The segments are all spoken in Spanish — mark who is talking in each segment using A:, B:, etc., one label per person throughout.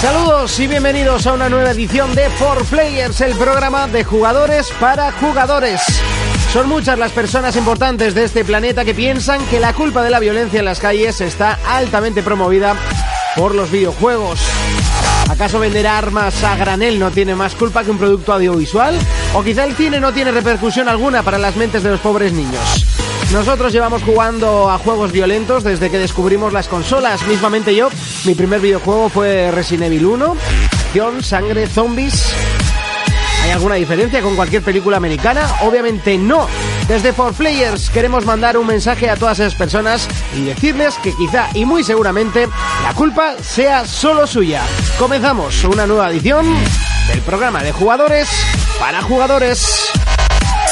A: Saludos y bienvenidos a una nueva edición de For Players, el programa de jugadores para jugadores. Son muchas las personas importantes de este planeta que piensan que la culpa de la violencia en las calles está altamente promovida por los videojuegos. ¿Acaso vender armas a granel no tiene más culpa que un producto audiovisual? ¿O quizá el cine no tiene repercusión alguna para las mentes de los pobres niños? Nosotros llevamos jugando a juegos violentos desde que descubrimos las consolas. Mismamente yo, mi primer videojuego fue Resident Evil 1, acción, sangre, zombies. ¿Hay alguna diferencia con cualquier película americana? Obviamente no. Desde 4Players queremos mandar un mensaje a todas esas personas y decirles que quizá y muy seguramente la culpa sea solo suya. Comenzamos una nueva edición del programa de jugadores para jugadores.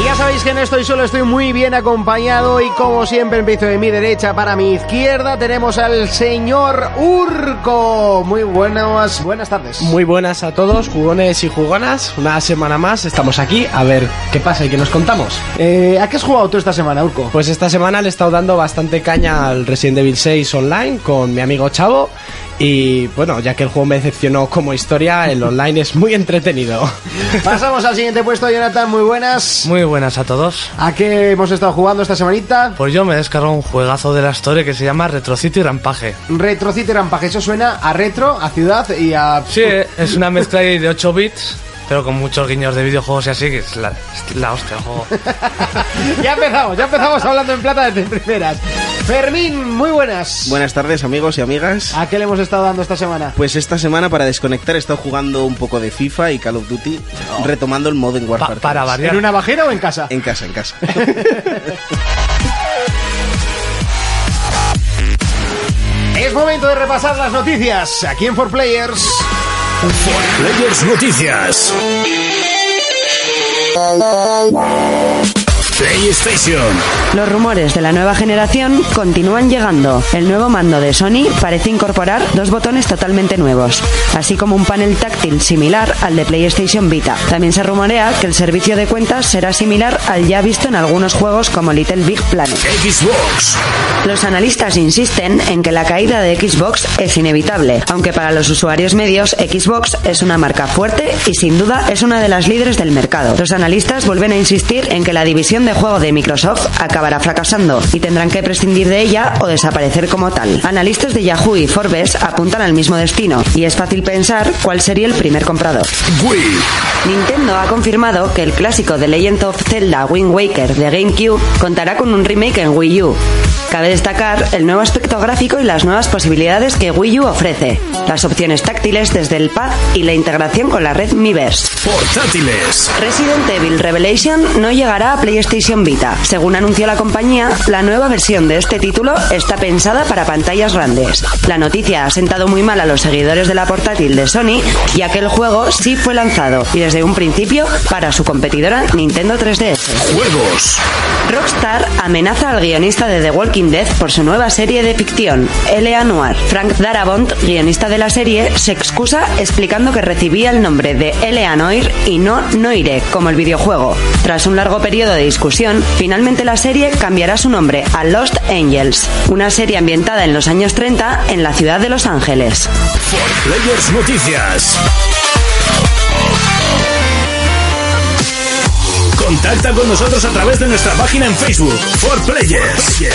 A: Y ya sabéis que no estoy solo, estoy muy bien acompañado y como siempre empiezo de mi derecha para mi izquierda tenemos al señor Urco. Muy buenas, buenas tardes.
B: Muy buenas a todos, jugones y jugonas. Una semana más estamos aquí a ver qué pasa y qué nos contamos.
A: Eh, ¿A qué has jugado tú esta semana, Urco?
B: Pues esta semana le he estado dando bastante caña al Resident Evil 6 online con mi amigo Chavo. Y bueno, ya que el juego me decepcionó como historia, el online es muy entretenido.
A: Pasamos al siguiente puesto, Jonathan, muy buenas.
C: Muy buenas a todos.
A: ¿A qué hemos estado jugando esta semanita?
C: Pues yo me descargo un juegazo de la historia que se llama Retro City Rampage.
A: Retro City Rampage, eso suena a retro, a ciudad y a...
C: Sí, es una mezcla ahí de 8 bits, pero con muchos guiños de videojuegos y así, que es la, es la hostia el juego.
A: ya empezamos, ya empezamos hablando en plata desde primeras. Fermín, muy buenas.
D: Buenas tardes amigos y amigas.
A: ¿A qué le hemos estado dando esta semana?
D: Pues esta semana para desconectar he estado jugando un poco de FIFA y Call of Duty, retomando el Modern
C: Pa-
D: Warfare.
C: para
D: 3.
C: variar.
A: ¿En una bajera o en casa?
D: En casa, en casa.
A: Es momento de repasar las noticias aquí en 4Players.
E: Players Noticias. PlayStation,
F: Los rumores de la nueva generación continúan llegando. El nuevo mando de Sony parece incorporar dos botones totalmente nuevos, así como un panel táctil similar al de PlayStation Vita. También se rumorea que el servicio de cuentas será similar al ya visto en algunos juegos como Little Big Planet.
E: Xbox,
F: Los analistas insisten en que la caída de Xbox es inevitable, aunque para los usuarios medios Xbox es una marca fuerte y sin duda es una de las líderes del mercado. Los analistas vuelven a insistir en que la división de juego de Microsoft acabará fracasando y tendrán que prescindir de ella o desaparecer como tal. Analistas de Yahoo y Forbes apuntan al mismo destino y es fácil pensar cuál sería el primer comprador.
E: Wii,
F: Nintendo ha confirmado que el clásico de Legend of Zelda Wind Waker de GameCube contará con un remake en Wii U. Cabe destacar el nuevo aspecto gráfico y las nuevas posibilidades que Wii U ofrece, las opciones táctiles desde el pad y la integración con la red Miiverse.
E: portátiles,
F: Resident Evil Revelation no llegará a PlayStation Vita. Según anunció la compañía, la nueva versión de este título está pensada para pantallas grandes. La noticia ha sentado muy mal a los seguidores de la portátil de Sony, ya que el juego sí fue lanzado y desde un principio para su competidora Nintendo 3DS.
E: juegos,
F: Rockstar amenaza al guionista de The Walking Dead por su nueva serie de ficción, L.A. Noir. Frank Darabont, guionista de la serie, se excusa explicando que recibía el nombre de L.A. Noir y no Noire, como el videojuego. Tras un largo periodo de discusión, finalmente la serie cambiará su nombre a Lost Angels, una serie ambientada en los años 30 en la ciudad de Los Ángeles.
E: Players Noticias. Contacta con nosotros a través de nuestra página en Facebook, 4Players.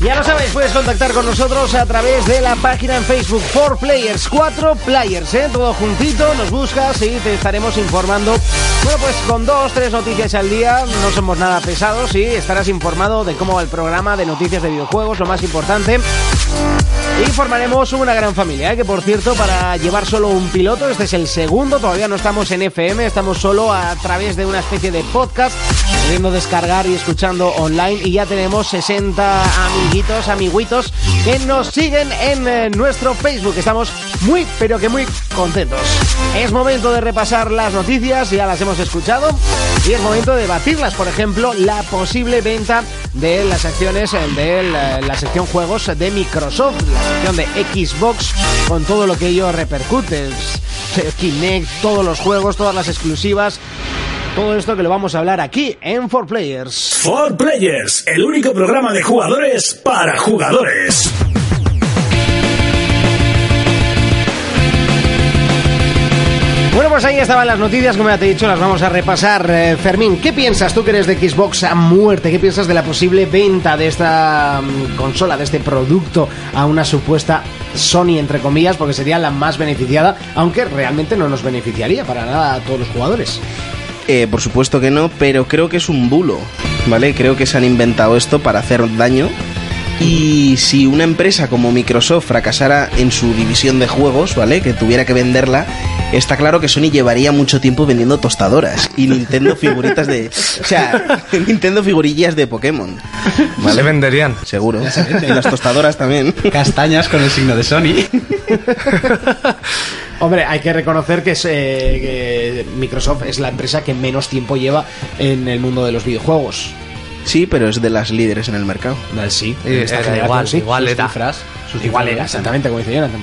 A: Ya lo sabéis, puedes contactar con nosotros a través de la página en Facebook 4Players, 4Players, ¿eh? todo juntito, nos buscas y te estaremos informando. Bueno, pues con dos, tres noticias al día, no somos nada pesados y estarás informado de cómo va el programa, de noticias de videojuegos, lo más importante. Y formaremos una gran familia, ¿eh? que por cierto, para llevar solo un piloto, este es el segundo, todavía no estamos en FM, estamos solo a través de una especie de podcast, pudiendo descargar y escuchando online. Y ya tenemos 60 amiguitos, amiguitos, que nos siguen en eh, nuestro Facebook. Estamos muy, pero que muy contentos. Es momento de repasar las noticias, ya las hemos escuchado, y es momento de debatirlas. Por ejemplo, la posible venta de las acciones eh, de la, la sección juegos de Microsoft, la sección de Xbox, con todo lo eh, que ello repercute. Es- Kinect, todos los juegos, todas las exclusivas. Todo esto que lo vamos a hablar aquí en 4Players.
E: For Players, el único programa de jugadores para jugadores.
A: Bueno, pues ahí estaban las noticias, como ya te he dicho, las vamos a repasar. Eh, Fermín, ¿qué piensas tú que eres de Xbox a muerte? ¿Qué piensas de la posible venta de esta mm, consola, de este producto a una supuesta Sony, entre comillas, porque sería la más beneficiada, aunque realmente no nos beneficiaría para nada a todos los jugadores?
G: Eh, por supuesto que no, pero creo que es un bulo, ¿vale? Creo que se han inventado esto para hacer daño. Y si una empresa como Microsoft fracasara en su división de juegos, ¿vale? Que tuviera que venderla, está claro que Sony llevaría mucho tiempo vendiendo tostadoras y Nintendo figuritas de... O sea, Nintendo figurillas de Pokémon.
C: Se venderían.
G: Seguro. Y las tostadoras también.
B: Castañas con el signo de Sony.
A: Hombre, hay que reconocer que, es, eh, que Microsoft es la empresa que menos tiempo lleva en el mundo de los videojuegos.
G: Sí, pero es de las líderes en el mercado.
A: Sí,
C: Eh, era igual, igual
A: sus
C: era.
A: cifras, sus igual era, exactamente como dice Jonathan.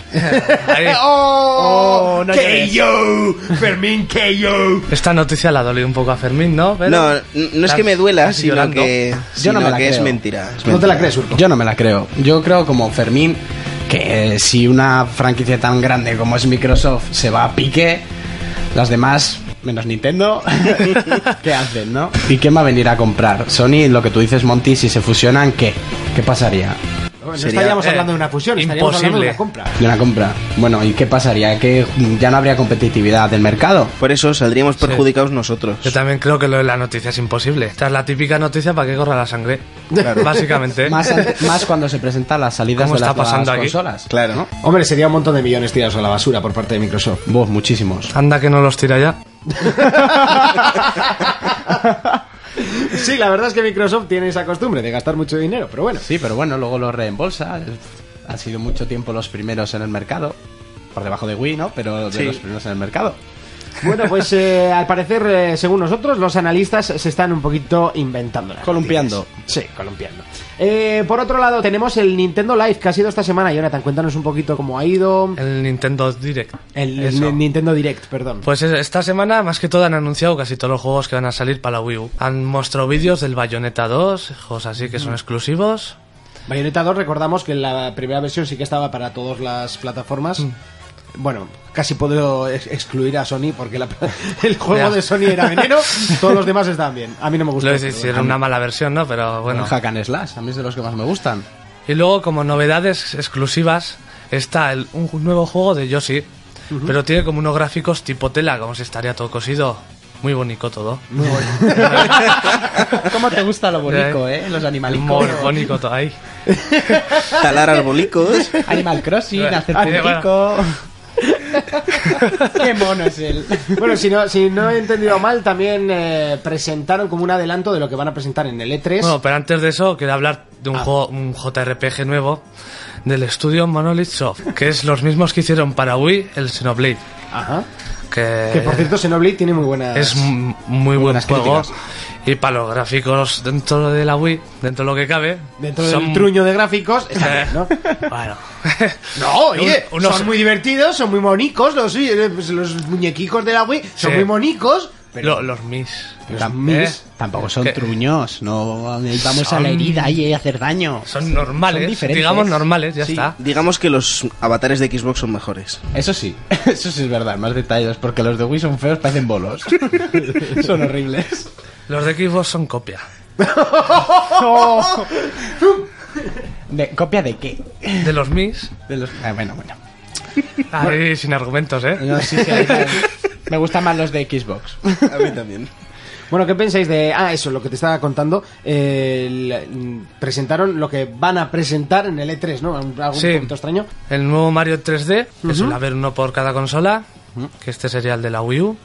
C: Ahí.
A: ¡Oh!
C: no
A: ¡Qué
C: llores.
A: yo! ¡Fermín, que yo!
C: Esta noticia la dolió un poco a Fermín, ¿no? Pero-
G: No, n- no es que me duela,
C: Casi
G: sino
C: llorando.
G: que,
B: Yo no
G: sino
B: me la
G: que es
B: creo.
G: mentira. es
A: No te la
G: mentira.
A: crees, Urco.
B: Yo no me la creo. Yo creo como Fermín que eh, si una franquicia tan grande como es Microsoft se va a pique, las demás, menos Nintendo, ¿qué hacen, no? ¿Y quién va a venir a comprar? Sony, lo que tú dices, Monty, si se fusionan, ¿qué? ¿Qué pasaría?
A: No
G: Sería-
A: estaríamos
C: eh,
A: hablando de una fusión, estaríamos hablando de
C: imposible.
A: una compra.
B: De una compra. Bueno, ¿y qué pasaría? Que ya no habría competitividad del mercado.
G: Por eso saldríamos perjudicados nosotros.
C: Yo también creo que lo de la noticia es imposible. Esta es la típica noticia para que corra la sangre. Básicamente.
B: Más, ante- más cuando se presentan las salidas
C: ¿Eh? ¿Cómo
B: de
C: está
B: las nuevas
C: pasando aquí?
B: consolas.
G: Claro, ¿no?
A: Hombre, sería un montón de millones tirados a la basura por parte de Microsoft.
B: Vos, muchísimos.
C: Anda que no los tira ya.
A: Sí, la verdad es que Microsoft tiene esa costumbre de gastar mucho dinero, pero bueno.
B: Sí, pero bueno, luego lo reembolsa. Han sido mucho tiempo los primeros en el mercado. Por debajo de Wii, ¿no? Pero de los primeros en el mercado.
A: Bueno, pues eh, al parecer, eh, según nosotros, los analistas se están un poquito inventando. las
B: Columpiando.
A: noticias. Sí, columpiando. Eh, por otro lado, tenemos el Nintendo Live que ha sido esta semana. Jonathan, cuéntanos un poquito cómo ha ido.
C: El Nintendo Direct.
A: El,
C: Eso.
A: el Nintendo Direct, perdón.
C: Pues es- esta semana, más que todo, han anunciado casi todos los juegos que van a salir para la Wii U. Han mostrado vídeos del Bayonetta 2, juegos así que son exclusivos.
A: Bayonetta 2, recordamos que la primera versión sí que estaba para todas las plataformas.
C: Mm.
A: Bueno, casi puedo ex- excluir a Sony porque la- el juego
C: Ya.
A: de Sony era veneno, todos los demás estaban bien. A mí no me gustó.
C: Lo hicieron una mala versión, ¿no? Pero
B: Bueno,
C: bueno.
B: Hack and Slash, a mí es de los que más me gustan.
C: Y luego, como novedades exclusivas, está el, un ju- nuevo juego de Yoshi. Pero tiene como unos gráficos tipo tela, como si estaría todo cosido. Muy bonito todo. Muy
B: ¿Cómo te gusta lo
C: bonito,
B: eh? Los
C: bonito todo ahí.
G: Talar arbolicos.
B: Animal Crossing, hacer
C: Ay,
B: público. Qué mono es él.
A: Bueno, si no, si no he entendido mal, también eh, presentaron como un adelanto de lo que van a presentar en el E E3.
C: Bueno, pero antes de eso, quería hablar de un juego, un JRPG nuevo del estudio Monolith Soft, que es los mismos que hicieron para Wii el Xenoblade.
A: Ajá.
C: Que,
A: Que por cierto, Xenoblade tiene muy buenas.
C: eh, es m- muy buen
B: buenas
C: juego.
B: críticas.
C: Y para los gráficos dentro de la Wii, dentro de lo que cabe.
A: Dentro
C: son-
A: del truño de gráficos, está
C: Eh,
A: bien, ¿no?
C: Bueno.
A: No, oye,
C: Un- unos-
A: son muy divertidos, son muy monicos, los, eh, pues, los muñequicos de la Wii son
C: Sí.
A: muy monicos.
C: Lo- los Mis.
A: Los mis.
B: Tampoco son
C: ¿Qué?
B: truños, no vamos a la herida y a hacer daño.
C: Son normales,
B: son diferentes.
C: digamos normales, ya está.
G: Digamos que los avatares de Xbox son mejores.
B: Eso sí, eso sí es verdad, más detalles, porque los de Wii son feos, parecen bolos. son horribles.
C: Los de Xbox son copia.
B: ¿De, ¿Copia de qué?
C: De los Mis,
B: De los... Ah, bueno, bueno.
C: ahí sin argumentos, ¿eh?
B: No, sí, sí, ahí está. me gustan más los de Xbox.
G: A mí también.
A: Bueno, ¿qué pensáis de.? Ah, eso, lo que te estaba contando. eh, el- mm, presentaron lo que van a presentar en el E3, ¿no? Un- Algo
C: Sí.
A: un poquito extraño.
C: El nuevo Mario 3D, que suele haber uno por cada consola, que este sería el de la Wii U.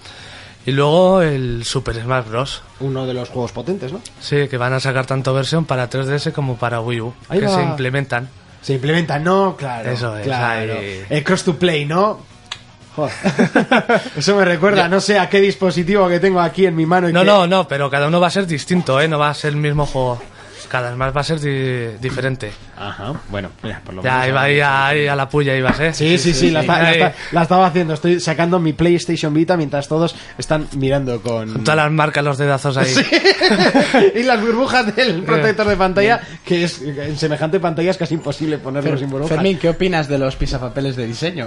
C: Y luego el Super Smash Bros.
A: Uno de los juegos potentes, ¿no?
C: Sí, que van a sacar tanto versión para 3DS como para Wii U,
A: Ahí
C: que
A: va.
C: se implementan.
A: Se implementa, ¿no? Claro.
C: Eso es,
A: Claro.
C: ahí.
A: El cross to play, ¿no? Joder. Eso me recuerda, no sé a qué dispositivo que tengo aquí en mi mano. y
C: No,
A: que-
C: no, no, pero cada uno va a ser distinto, ¿eh? No va a ser el mismo juego. Cada Smash va a ser di- diferente.
A: Ajá, bueno, mira, por lo
C: Ya,
A: menos.
C: iba ahí a, ahí a la puya, ibas, ¿eh?
A: Sí, sí, sí, la, esta- la
C: Ahí,
A: esta- la estaba haciendo. Estoy sacando mi PlayStation Vita mientras todos están mirando con.
C: con todas las marcas, los dedazos ahí.
A: y las burbujas del protector de pantalla, que es en semejante pantalla es casi imposible ponerlo sin burbujas.
B: Fermín, ¿qué opinas de los pisapapeles de diseño?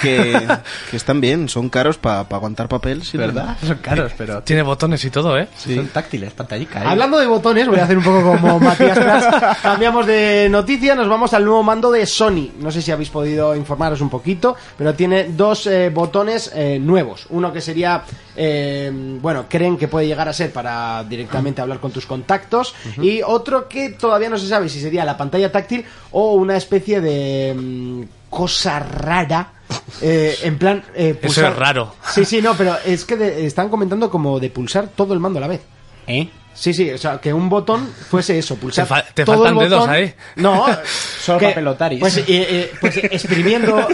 G: Que, que están bien, son caros para aguantar papel, sí,
B: ¿Verdad? Son caros, pero
C: Tiene botones y todo, ¿eh?
B: son táctiles, pantallica. ¿eh?
A: Hablando de botones, voy a hacer un poco como Matías Prats. Cambiamos de noticia, nos vamos al nuevo mando de Sony. No sé si habéis podido informaros un poquito, pero tiene dos eh, botones eh, nuevos. Uno que sería, eh, bueno, creen que puede llegar a ser para directamente hablar con tus contactos. Y otro que todavía no se sabe si sería la pantalla táctil o una especie de mm, cosa rara. eh, en plan, eh,
C: Eso
A: pulsar-
C: es raro.
A: Sí, sí, no, pero es que de- están comentando como de pulsar todo el mando a la vez.
B: ¿Eh?
A: Sí, sí, o sea, que un botón fuese eso, pulsar.
C: Te fa- te
A: todo
C: faltan
A: el botón,
C: dedos ahí.
A: No,
B: Solo
A: que-
B: papelotaris.
A: Pues, eh, eh, pues exprimiendo,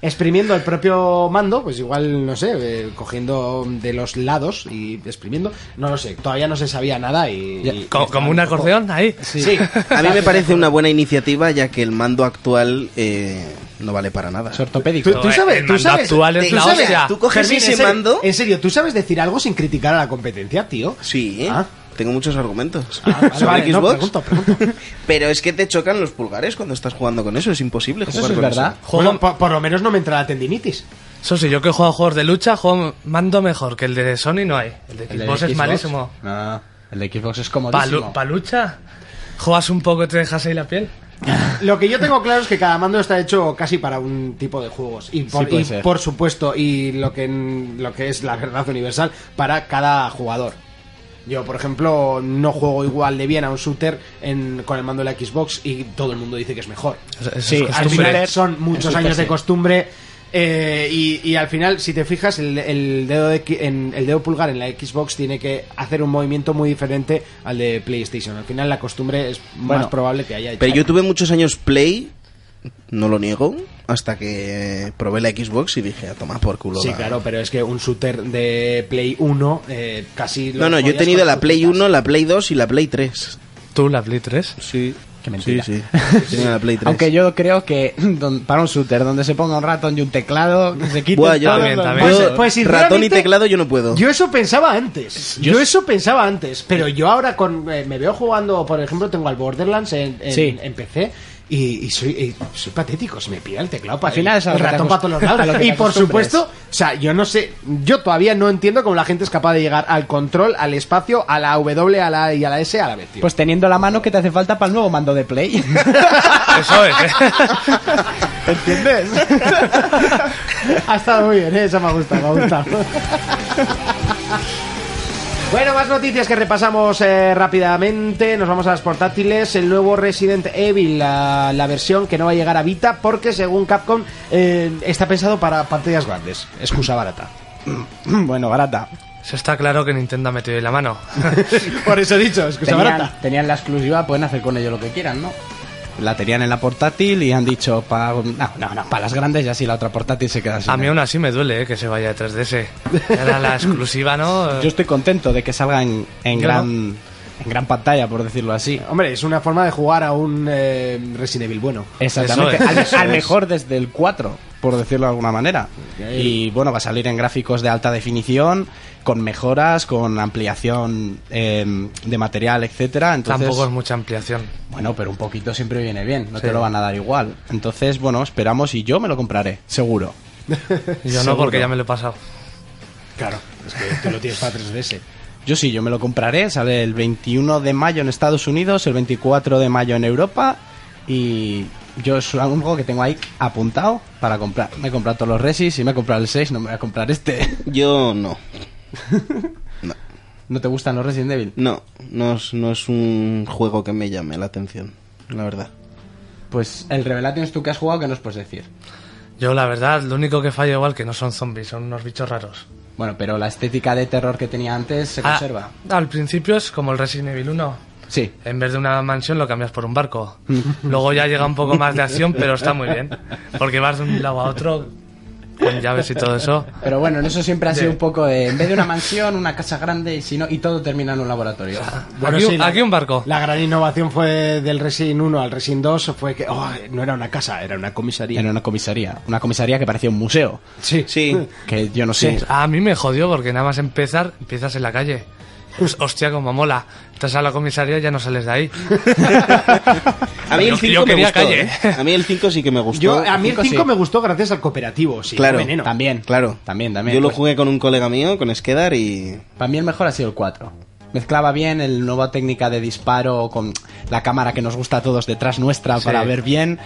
A: exprimiendo el propio mando, pues igual, no sé, eh, cogiendo de los lados y exprimiendo. No lo sé, todavía no se sabía nada y. y-
C: Co- Como, un acordeón ahí.
A: Sí. sí.
G: A mí me parece una buena iniciativa ya que el mando actual eh, no vale para nada.
B: Es ortopédico.
A: Tú sabes,
C: El
A: tú
C: mando
A: sabes.
C: actual es
A: tú
C: la
A: sabes-
C: hostia.
G: Tú coges
A: Fermín,
G: ese
A: en serio-
G: mando-
A: En serio, tú sabes decir algo sin criticar a la competencia, tío.
G: Sí, ¿eh?
A: Ah.
G: tengo muchos argumentos.
A: Ah, vale,
G: Sobre
A: vale, no,
G: Xbox.
A: pregunto, pregunto.
G: Pero es que te chocan los pulgares cuando estás jugando con eso, es imposible
B: Eso
G: jugar
B: sí es
G: con
B: verdad.
C: Juego-
A: Bueno, por, por lo menos no me entra la tendinitis.
C: Eso sí, yo que he jugado juegos de lucha, juego mando mejor, que el de Sony no hay. El de Xbox,
B: El de
C: es
B: Xbox,
C: malísimo.
B: No, el de Xbox es
C: Para
B: comodísimo.
C: lucha, juegas un poco y te dejas ahí la piel.
A: Lo que yo tengo claro es que cada mando está hecho casi para un tipo de juegos. Y por,
B: Sí, puede
A: y
B: ser.
A: por supuesto, y lo que, lo que es la verdad universal, para cada jugador. Yo, por ejemplo, no juego igual de bien a un shooter en- con el mando de la Xbox y todo el mundo dice que es mejor.
C: Eso- eso
B: Sí,
C: es
B: al
A: Al
C: costumbre.
A: final son
B: en
A: muchos
B: shooter,
A: años de
B: sí.
A: costumbre. eh, y, y al final, si te fijas, el, el dedo de, qui- en, el dedo pulgar en la Xbox tiene que hacer un movimiento muy diferente al de PlayStation. Al final, la costumbre es más
B: Bueno,
A: probable que haya hecho.
G: Pero yo tuve muchos años Play, no lo niego, hasta que probé la Xbox y dije, a tomar por culo.
A: Sí,
G: la-
A: claro, pero es que un shooter de Play 1 eh, casi... lo
G: No, no, yo he
A: podías
G: tenido
A: con
G: la
A: tus
G: Play
A: teclas.
G: 1, la Play 2 y la Play 3.
C: Tú, la Play 3.
G: Sí.
B: Qué mentira.
G: Sí, sí. Tenía la Play 3.
B: Aunque yo creo que don- para un shooter donde se ponga un ratón y un teclado, que se quite.
G: Buah, yo
B: todo
C: también,
B: lo-
C: también.
G: yo-
A: Pues- pues, sinceramente,
G: ratón y teclado yo no puedo.
A: Yo eso pensaba antes, yo, eso pensaba antes, pero yo ahora con eh, me veo jugando, por ejemplo, tengo al Borderlands en, en-
B: Sí.
A: en PC y, y soy, y soy patético, se me pide el teclado para
B: Al final es a lo
A: el
B: que te
A: ratón
B: acost-
A: para todos los
B: a lo
A: lados.
B: que te
A: Y por
B: acostumbres.
A: supuesto, o sea, yo no sé, yo todavía no entiendo cómo la gente es capaz de llegar al control, al espacio, a la W, a la y a la S a la vez, tío.
B: Pues teniendo la mano que te hace falta para el nuevo mando de Play.
C: Eso es, ¿eh?
A: ¿Entiendes? ha estado muy bien, ¿eh? eso me ha gustado, me ha gustado. Bueno, más noticias que repasamos eh, rápidamente. Nos vamos a las portátiles. El nuevo Resident Evil, la, la versión que no va a llegar a Vita, porque según Capcom eh, está pensado para pantallas grandes. Excusa barata.
B: bueno, barata.
C: Eso está claro que Nintendo ha metido ahí la mano.
A: Por eso he dicho, excusa barata.
B: Tenían, tenían la exclusiva, pueden hacer con ello lo que quieran, ¿no? La tenían en la portátil y han dicho para no, no, no, para las grandes y así la otra portátil se queda sin.
C: A mí aún así me duele ¿eh? que se vaya a 3DS. Era la exclusiva, ¿no? Eh,
B: Yo estoy contento de que salga en, en
C: Yo
B: gran en gran pantalla, por decirlo así.
A: Hombre, es una forma de jugar a un eh, Resident Evil bueno.
B: Exactamente,
C: Eso es,
B: al,
C: eso
B: al
C: es.
B: mejor desde el 4, por decirlo de alguna manera. Y bueno, va a salir en gráficos de alta definición, con mejoras, con ampliación eh, de material, etcétera. Entonces,
C: Tampoco es mucha ampliación.
B: bueno, pero un poquito siempre viene bien, no
C: Sí.
B: te lo van a dar igual. Entonces, bueno, esperamos y yo me lo compraré, seguro.
C: Yo no, porque ya me lo he pasado.
A: Claro, es que tú lo tienes para 3DS.
B: Yo sí, yo me lo compraré, sale el 21 de mayo en Estados Unidos, el 24 de mayo en Europa y yo es algo que tengo ahí apuntado para comprar. Me he comprado todos los Resis y me he comprado el 6, no me voy a comprar este.
G: Yo no.
B: ¿No te gustan los Resident Evil?
G: No, no es, no es un juego que me llame la atención, la verdad.
B: Pues el Revelations tú que has jugado, ¿qué nos puedes decir?
C: Yo, la verdad, lo único que falla igual que no son zombies, son unos bichos raros.
B: Bueno, pero la estética de terror que tenía antes se
C: Ah,
B: conserva.
C: al principio es como el Resident Evil 1.
B: Sí.
C: En vez de una mansión lo cambias por un barco. Luego ya llega un poco más de acción, pero está muy bien. Porque vas de un lado a otro con llaves y todo eso.
B: Pero bueno, en eso siempre ha sido un poco de. En vez de una mansión, una casa grande y, si no, y todo termina en un laboratorio.
C: aquí,
A: sí, la-
C: aquí un barco.
A: La gran innovación fue del Resin 1 al Resin 2 fue que oh, no era una casa, era una comisaría.
B: Era una comisaría. Una comisaría que parecía un museo.
A: Sí,
G: Sí.
B: Que yo no sé.
C: "Ah, A mí me jodió porque nada más empezar, empiezas en la calle. Pues, hostia, como mola. Estás a la comisaría y ya no sales de ahí.
G: A mí
C: Yo-
G: el 5
C: yo
G: me
C: quería
G: gustó.
C: calle,
G: ¿eh? A mí el 5 sí que me gustó.
A: Yo, a mí el 5
B: sí.
A: me gustó gracias al cooperativo, sí.
G: Claro.
A: veneno.
B: También.
G: Claro.
B: También, también.
G: Yo lo
B: Pues,
G: jugué con un colega mío, con Esquedar, y.
B: Para mí el mejor ha sido el 4. Mezclaba bien el nueva técnica de disparo con la cámara que nos gusta a todos detrás nuestra para ver bien.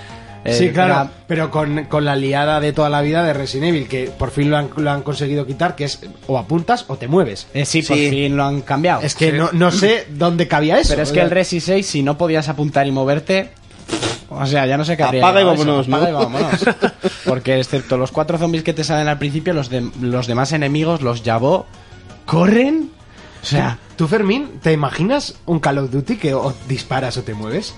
B: Eh,
A: sí, claro,
B: era-
A: pero con, con la liada de toda la vida de Resident Evil, que por fin lo han, lo han conseguido quitar, que es o apuntas o te mueves.
B: Eh, sí, por
G: Sí.
B: fin lo han cambiado.
A: Es que no, no sé dónde cabía eso.
B: Pero es que el Resi 6, si no podías apuntar y moverte. O sea, ya no sé qué habría
G: Apaga y
B: llevado eso.
G: vámonos, ¿no?
B: Apaga y vámonos. Porque excepto los cuatro zombies que te salen al principio, los, de- los demás enemigos, los Yabó, corren. O sea,
A: ¿Tú, Fermín, te imaginas un Call of Duty que o disparas o te mueves?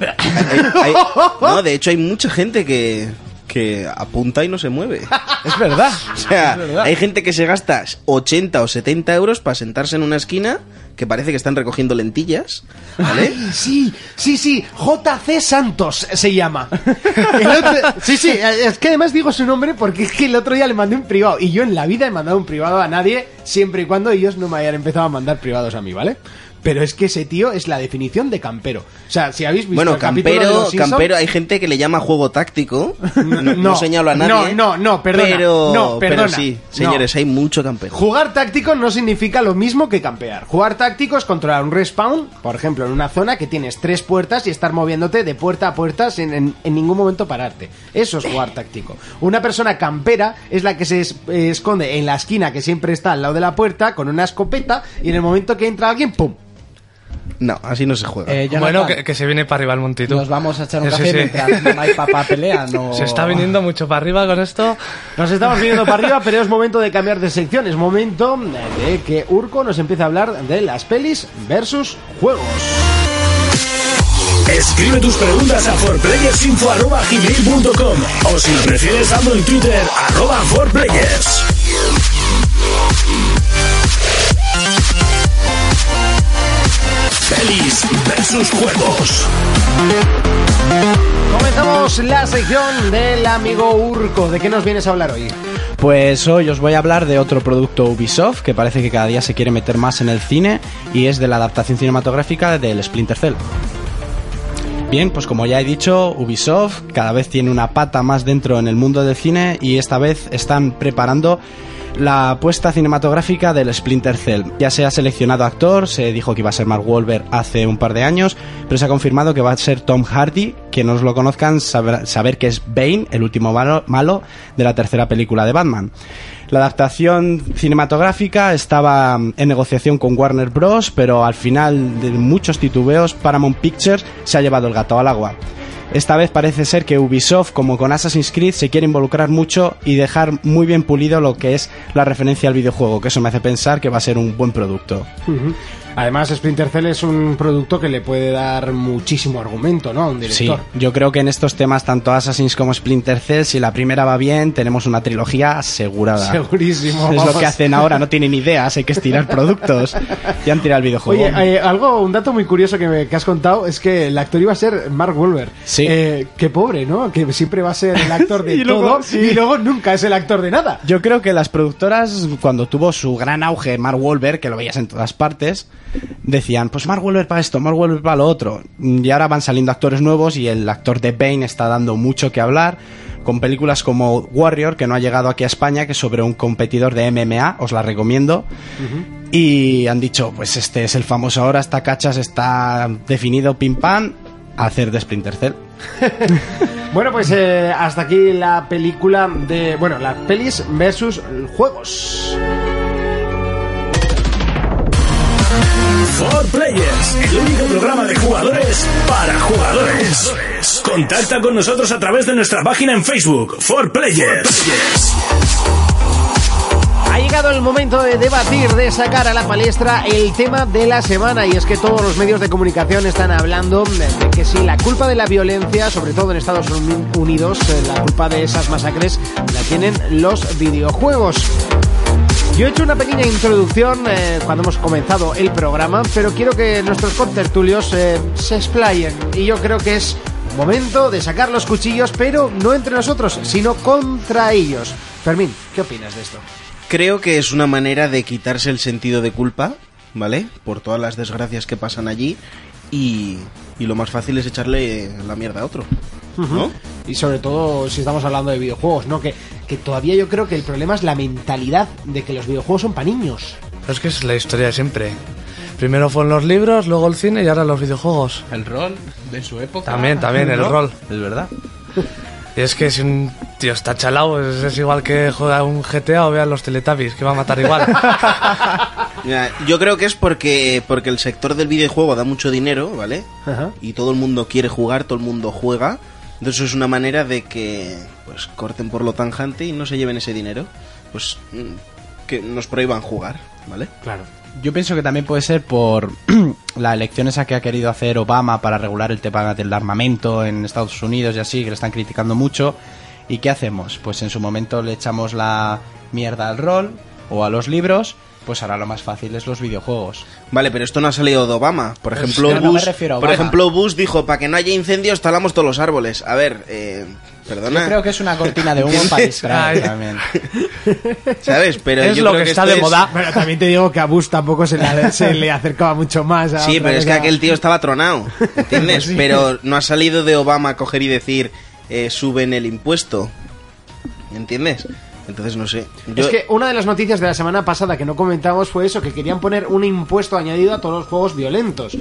G: hay- hay- no, de hecho, hay mucha gente que. que apunta y no se mueve.
B: es verdad.
G: O sea, hay gente que se gasta 80 o 70 euros para sentarse en una esquina que parece que están recogiendo lentillas, ¿vale?
A: Ay, sí, sí, sí, JC Santos se llama. El otro- sí, sí, es que además digo su nombre porque es que el otro día le mandé un privado. Y yo en la vida he mandado un privado a nadie siempre y cuando ellos no me hayan empezado a mandar privados a mí, ¿vale? Pero es que ese tío es la definición de campero. O sea, si habéis visto
G: Bueno,
A: el capítulo de
G: campero,
A: Los Simpson-
G: campero, hay gente que le llama juego táctico. No, no señalo a nadie.
A: No, no, no, perdona,
G: Pero,
A: no, perdona,
G: pero sí,
A: no.
G: señores, hay mucho campero.
A: Jugar táctico no significa lo mismo que campear. Jugar táctico es controlar un respawn, por ejemplo, en una zona que tienes tres puertas y estar moviéndote de puerta a puerta sin en, en ningún momento pararte. Eso es jugar táctico. Una persona campera es la que se es- eh, esconde en la esquina que siempre está al lado de la puerta con una escopeta y en el momento que entra alguien, ¡pum!
G: No, así no se juega.
B: Eh, Jonathan,
C: bueno, que, que se viene para arriba el montito.
B: nos vamos a echar un
C: Eso
B: café
C: sí.
B: mientras mamá y papá pelean. o-
C: Se está viniendo mucho para arriba con esto.
A: Nos estamos viniendo para arriba, pero es momento de cambiar de sección. Es momento de que Urco nos empiece a hablar de las pelis versus juegos.
E: Escribe tus preguntas a forplayersinfo.com o si lo prefieres dando en Twitter arroba forplayers. Pelis versus juegos.
A: Comenzamos la sección del amigo Urco. ¿De qué nos vienes a hablar hoy?
B: Pues hoy os voy a hablar de otro producto Ubisoft que parece que cada día se quiere meter más en el cine y es de la adaptación cinematográfica del Splinter Cell. Bien, pues como ya he dicho, Ubisoft cada vez tiene una pata más dentro en el mundo del cine y esta vez están preparando la apuesta cinematográfica del Splinter Cell. Ya se ha seleccionado actor, se dijo que iba a ser Mark Wahlberg hace un par de años, pero se ha confirmado que va a ser Tom Hardy, que no os lo conozcan, saber, saber que es Bane, el último malo, malo de la tercera película de Batman. La adaptación cinematográfica estaba mm, en negociación con Warner Bros., pero al final de muchos titubeos, Paramount Pictures se ha llevado el gato al agua. Esta vez parece ser que Ubisoft, como con Assassin's Creed, se quiere involucrar mucho y dejar muy bien pulido lo que es la referencia al videojuego, que eso me hace pensar que va a ser un buen producto.
A: Además, Splinter Cell es un producto que le puede dar muchísimo argumento, ¿no? A un director.
B: Sí, yo creo que en estos temas, tanto Assassin's como Splinter Cell, si la primera va bien, tenemos una trilogía asegurada.
A: Segurísimo.
B: Ah. Es
A: vamos.
B: lo que hacen ahora, no tienen ideas, hay que estirar productos. Ya han tirado el videojuego.
A: Oye, eh, algo, un dato muy curioso que, me- que has contado es que el actor iba a ser Mark Wahlberg.
B: Sí.
A: Eh, qué pobre, ¿no? Que siempre va a ser el actor de
B: Y luego-
A: todo
B: sí.
A: y luego nunca es el actor de nada.
B: Yo creo que las productoras, cuando tuvo su gran auge Mark Wahlberg, que lo veías en todas partes, decían, pues Mark Wahlberg para esto, Mark Wahlberg para lo otro. Y ahora van saliendo actores nuevos y el actor de Bane está dando mucho que hablar, con películas como Warrior, que no ha llegado aquí a España, que es sobre un competidor de MMA, os la recomiendo. Y han dicho, pues este es el famoso ahora, está cachas, está definido, pim pam, a hacer de Splinter Cell.
A: Bueno, pues eh, hasta aquí la película de. Bueno, las pelis versus juegos.
E: For Players, el único programa de jugadores para jugadores. Contacta con nosotros a través de nuestra página en Facebook, For Players.
H: Ha llegado el momento de debatir, de sacar a la palestra el tema de la semana y es que todos los medios de comunicación están hablando de de que si la culpa de la violencia, sobre todo en Estados Uni- Unidos, eh, la culpa de esas masacres la tienen los videojuegos. Yo he hecho una pequeña introducción eh, cuando hemos comenzado el programa, pero quiero que nuestros contertulios eh, se explayen. Y yo creo que es momento de sacar los cuchillos, pero no entre nosotros, sino contra ellos. Fermín, ¿qué opinas de esto?
G: Creo que es una manera de quitarse el sentido de culpa, ¿vale? Por todas las desgracias que pasan allí y, y lo más fácil es echarle la mierda a otro, ¿no?
A: Y sobre todo si estamos hablando de videojuegos, ¿no? Que, que todavía yo creo que el problema es la mentalidad de que los videojuegos son para niños.
C: Pero es que es la historia de siempre. Primero fueron los libros, luego el cine y ahora los videojuegos.
B: El rol de su época.
C: También, también, el
B: ¿no?
C: rol.
B: Es verdad.
C: Y es que si un tío está chalao, es, es igual que juega a un GTA o vea los Teletubbies, que va a matar igual.
G: Mira, Yo creo que es porque, porque el sector del videojuego da mucho dinero, ¿vale? Y todo el mundo quiere jugar, todo el mundo juega. Entonces es una manera de que pues corten por lo tanjante y no se lleven ese dinero. Pues mm, que nos prohíban jugar, ¿vale?
B: Yo pienso que también puede ser por la elección esa que ha querido hacer Obama para regular el tema del armamento en Estados Unidos y así, que le están criticando mucho. ¿Y qué hacemos? Pues en su momento le echamos la mierda al rol o a los libros, pues ahora lo más fácil es los videojuegos.
G: Vale, pero esto no ha salido de Obama. Por ejemplo,
B: Pues yo no me
G: Bush,
B: refiero a
G: por
B: Obama.
G: ejemplo, Bush dijo, para que no haya incendios, talamos todos los árboles. A ver, eh,
B: Yo
G: perdona,
B: creo que es una cortina de humo para distraer
C: Ay.
B: también.
G: ¿sabes? Pero
C: es
G: yo
C: lo
G: creo
C: que está
G: esto
C: de
G: es-
C: moda.
A: Bueno, Ah, también te digo que a Bush tampoco se le, se le acercaba mucho más. a
G: Sí,
A: otra
G: pero es que
A: cosa.
G: aquel tío estaba tronado, ¿entiendes? Pero no ha salido de Obama a coger y decir, eh, suben el impuesto, ¿entiendes? Entonces no sé. Yo-
A: Es que una de las noticias de la semana pasada que no comentamos fue eso, que querían poner un impuesto añadido a todos los juegos violentos.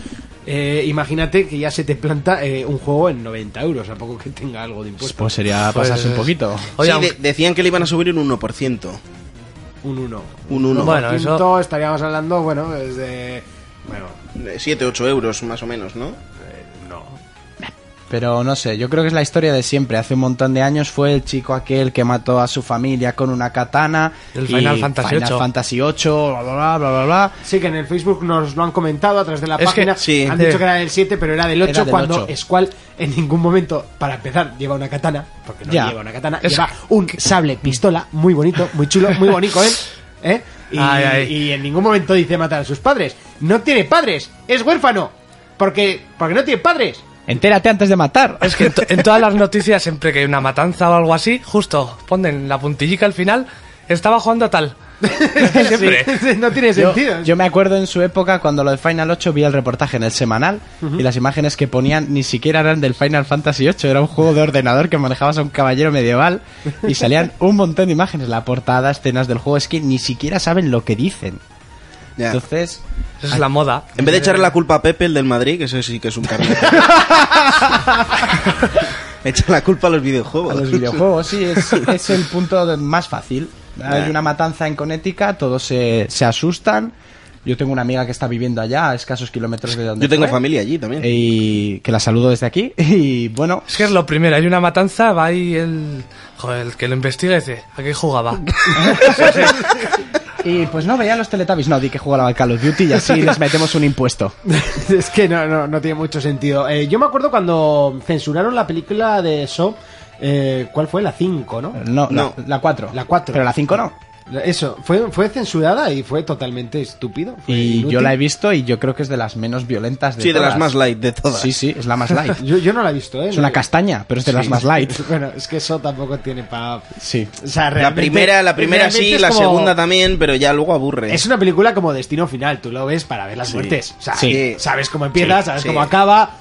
A: Eh, imagínate que ya se te planta eh, un juego en 90 euros, a poco que tenga algo de
B: Pues,
A: impuesto.
B: pues sería pasarse un poquito.
G: Sí,
C: Oye,
G: de-
C: aunque-
G: decían que le iban a subir un 1%.
A: Un 1.
G: Un 1.
C: Bueno,
A: Quinto,
C: eso-
A: estaríamos hablando, bueno, desde... Bueno,
G: 7, 8 euros más o menos, ¿no?
B: Pero no sé, yo creo que es la historia de siempre. Hace un montón de años fue el chico aquel que mató a su familia con una katana.
C: El
B: y
C: Final Fantasy
B: Final
C: VIII.
B: Fantasy VIII, bla, bla, bla, bla, bla, bla.
A: Sí, que en el Facebook nos lo han comentado a través de la
C: Es que-
A: página.
G: sí.
A: han
C: Sí.
A: dicho que era del 7, pero era del 8
B: Era del
A: cuando
B: 8.
A: Squall en ningún momento, para empezar, lleva una katana, porque no
B: Ya.
A: lleva una katana,
C: Es-
A: lleva un sable pistola muy bonito, muy chulo, muy bonito, ¿eh? ¿Eh? Y,
C: Ay, ay.
A: y en ningún momento dice matar a sus padres. No tiene padres, es huérfano. Porque, porque no tiene padres.
B: Entérate antes de matar.
C: Es que en, to- en todas las noticias, siempre que hay una matanza o algo así, justo ponen la puntillica al final, estaba jugando a tal. siempre.
A: no tiene
B: Yo,
A: sentido.
B: yo me acuerdo en su época cuando lo de Final 8 vi el reportaje en el semanal y las imágenes que ponían ni siquiera eran del Final Fantasy 8, era un juego de ordenador que manejabas a un caballero medieval y salían un montón de imágenes, la portada, escenas del juego, es que ni siquiera saben lo que dicen.
G: Ya.
B: Entonces,
C: Esa es la moda.
G: en vez de echarle la culpa a Pepe, el del Madrid, que ese sí que es un carnero. Echa la culpa a los videojuegos.
B: a los videojuegos sí es, es el punto de- más fácil. Hay una matanza en Connecticut, todos se, se asustan. Yo tengo una amiga que está viviendo allá, a escasos kilómetros de donde
G: Yo tengo
B: fue,
G: familia allí también.
B: Eh, Y que la saludo desde aquí. Y bueno,
C: Es que es lo primero, hay una matanza, va ahí el, joder, el que lo investiga y dice, ¿a qué jugaba?
B: Y pues no, veía los Teletubbies. No, di que jugaba al Call of Duty y así les metemos un impuesto.
A: es que no, no, no tiene mucho sentido. Eh, yo me acuerdo cuando censuraron la película de eso. eh, ¿Cuál fue? La 5, ¿no?
B: No,
G: No.
B: la 4.
A: La cuatro.
B: Pero la 5 no.
A: Eso, fue, fue censurada y fue totalmente estúpido. fue
B: Y
A: inútil.
B: yo la he visto y yo creo que es de las menos violentas de
G: sí, de
B: todas.
G: las más light de todas.
B: Sí, sí, es la más light.
A: Yo, yo no la he visto, ¿eh?
B: es
A: No-
B: una castaña, pero es de las más light.
A: Bueno, es que eso tampoco tiene para...
B: Sí.
G: La primera, la primera sí, la segunda también, pero ya luego aburre.
A: Es una película como Destino Final, tú lo ves para ver las muertes. O sea,
G: Sí.
A: sabes cómo empieza,
G: Sí,
A: sabes
G: sí.
A: cómo acaba,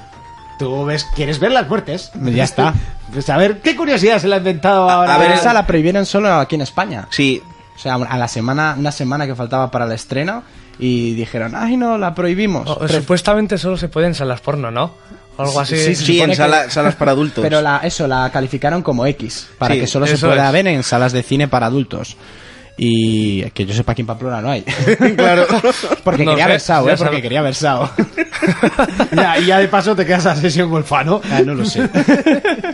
A: tú ves, quieres ver las muertes.
B: Ya está.
A: Pues a ver, ¿qué curiosidad se la ha inventado ahora?
G: a
B: A
G: ver,
B: ver, esa la prohibieron solo aquí en España.
G: Sí,
B: O sea, a la semana, una semana que faltaba para el estreno y dijeron, ay no, la prohibimos.
A: Oh,
C: O- o
B: Pero-
C: supuestamente solo se puede en salas porno, ¿no? O algo así.
B: Sí,
G: sí, en
B: supone que-
G: sala- salas para adultos.
B: Pero la, eso, la calificaron como X, para
G: Sí,
B: que solo se
C: eso
B: pueda
C: es.
B: ver en salas de cine para adultos. Y que yo sepa que en Pamplona no hay.
G: claro.
B: Porque
C: No
B: quería
C: sé,
B: versado,
C: ya
B: ¿eh? Porque
C: sabe.
B: quería versado.
A: ya, y ya de paso te quedas a sesión golfa, Ah, ¿no?
B: no lo sé.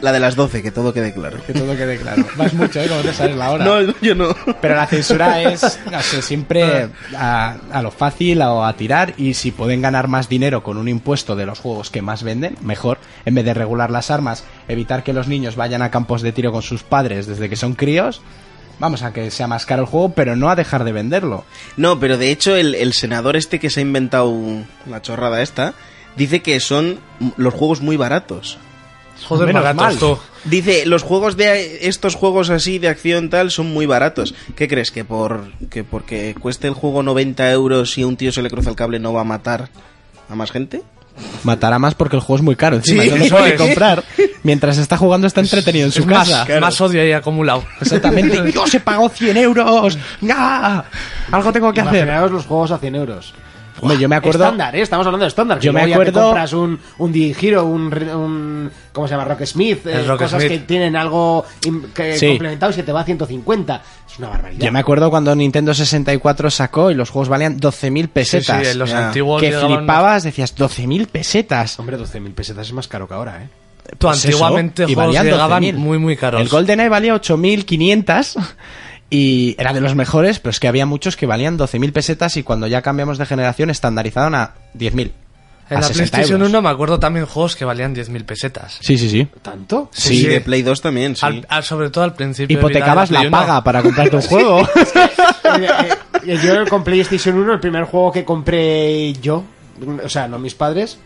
G: La de las 12, que todo quede claro.
B: Que todo quede claro. Vas mucho, ¿eh? Como te sabes la hora.
G: No, yo no.
B: Pero la censura es, no sé, siempre a, a lo fácil o a tirar. Y si pueden ganar más dinero con un impuesto de los juegos que más venden, mejor. En vez de regular las armas, evitar que los niños vayan a campos de tiro con sus padres desde que son críos. Vamos a que sea más caro el juego, pero no a dejar de venderlo.
G: No, pero de hecho el, el senador este que se ha inventado la chorrada esta, dice que son los juegos muy baratos.
C: Joder,
B: Menos
C: baratos,
B: mal.
C: tú.
G: Dice, los juegos de estos juegos así de acción tal son muy baratos. ¿Qué crees? ¿Que por que porque cueste el juego 90 euros y un tío se le cruza el cable no va a matar a más gente?
B: Matará más porque el juego es muy caro. Encima
C: Sí,
B: no lo
C: eso
B: puede
C: es.
B: comprar. Mientras está jugando está entretenido en su
C: más,
B: casa.
C: más odio ahí acumulado.
B: Exactamente. Yo se pagó 100 euros. ¡Ah! Algo tengo que hacer.
A: Imaginaos los juegos a 100 euros.
B: Hombre, yo me acuerdo.
A: Estándar, ¿eh? Estamos hablando de estándar. que
B: Yo me
A: luego ya te
B: acuerdo-
A: compras un, un Digiro, un, re- un- ¿Cómo se llama? Rock Smith. eh,
C: El Rock
A: cosas
C: Smith.
A: que tienen algo im- que
B: Sí.
A: complementado y se te va a 150. Es una barbaridad.
B: Yo me acuerdo cuando Nintendo 64 sacó y los juegos valían 12.000
C: Sí, sí,
B: pesetas.
C: en los
G: Ya.
C: antiguos
B: que
C: llegaban-
B: flipabas, decías 12.000 pesetas.
A: Hombre, 12.000 pesetas es más caro que ahora, ¿eh?
C: Tú,
B: Pues
C: antiguamente
B: eso, y
C: juegos
B: valían
C: llegaban
B: 12.000.
C: muy, muy caros.
B: El GoldenEye valía 8.500 y era de los mejores, pero es que había muchos que valían 12.000 pesetas y cuando ya cambiamos de generación estandarizaron a 10.000.
C: en
B: a
C: la
B: 60
C: PlayStation
B: euros.
C: 1 me acuerdo también juegos que valían 10.000 pesetas.
B: Sí, sí, sí.
A: ¿Tanto?
G: Sí, de Play 2 también, sí.
C: Al- al- sobre todo al principio. de vida de
B: Hipotecabas la
C: Play uno.
B: paga para comprarte un juego.
A: Eh, eh, yo con PlayStation 1, el primer juego que compré yo, o sea, no mis padres.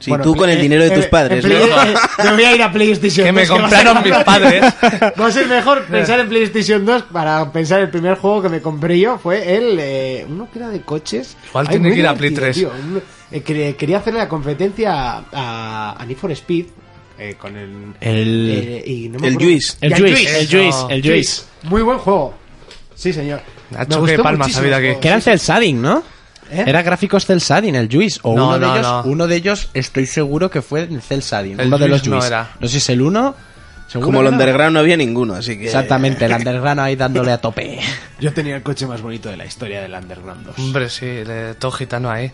G: Sí,
A: Bueno,
G: tú con
A: eh,
G: el dinero de
A: eh,
G: tus padres.
A: en Play-
G: ¿no?
A: eh, me voy a ir a PlayStation
C: Que me
A: 2, va a
C: compraron
A: ser-
C: mis padres.
A: Va a ser mejor pensar en PlayStation 2 para pensar el primer juego que me compré yo fue el... eh, uno que era de coches.
C: Igual
A: Ay,
C: tiene
A: muy
C: que ir a Play
A: divertido, tío. Un- eh, quere- quería hacerle la competencia a, a, a Need for Speed eh, con el...
B: El-
A: eh, y no me
G: el
A: acuerdo-
G: Juice.
A: Y
B: El Juice, el
C: Eso.
B: Juice, el Juice.
A: Muy buen juego. Sí, señor.
C: Nacho, qué palmas
A: muchísimo
C: ha habido
A: ese
C: aquí.
A: juego.
B: Que era el cel shading, ¿no?
A: ¿Eh?
B: Era gráficos cel shading, el Juice. O
C: No,
B: uno,
C: no,
B: de ellos,
C: no.
B: uno de ellos, estoy seguro que fue el cel shading.
C: El
B: uno de los
C: Juice no
B: Juice.
C: era.
B: sé si es el uno. seguro
G: Como
B: que
G: el
B: no.
G: underground no había ninguno, así que
B: Exactamente, el underground ahí dándole a tope.
A: Yo tenía el coche más bonito de la historia del Underground 2.
C: Hombre, sí, le- todo gitano ahí.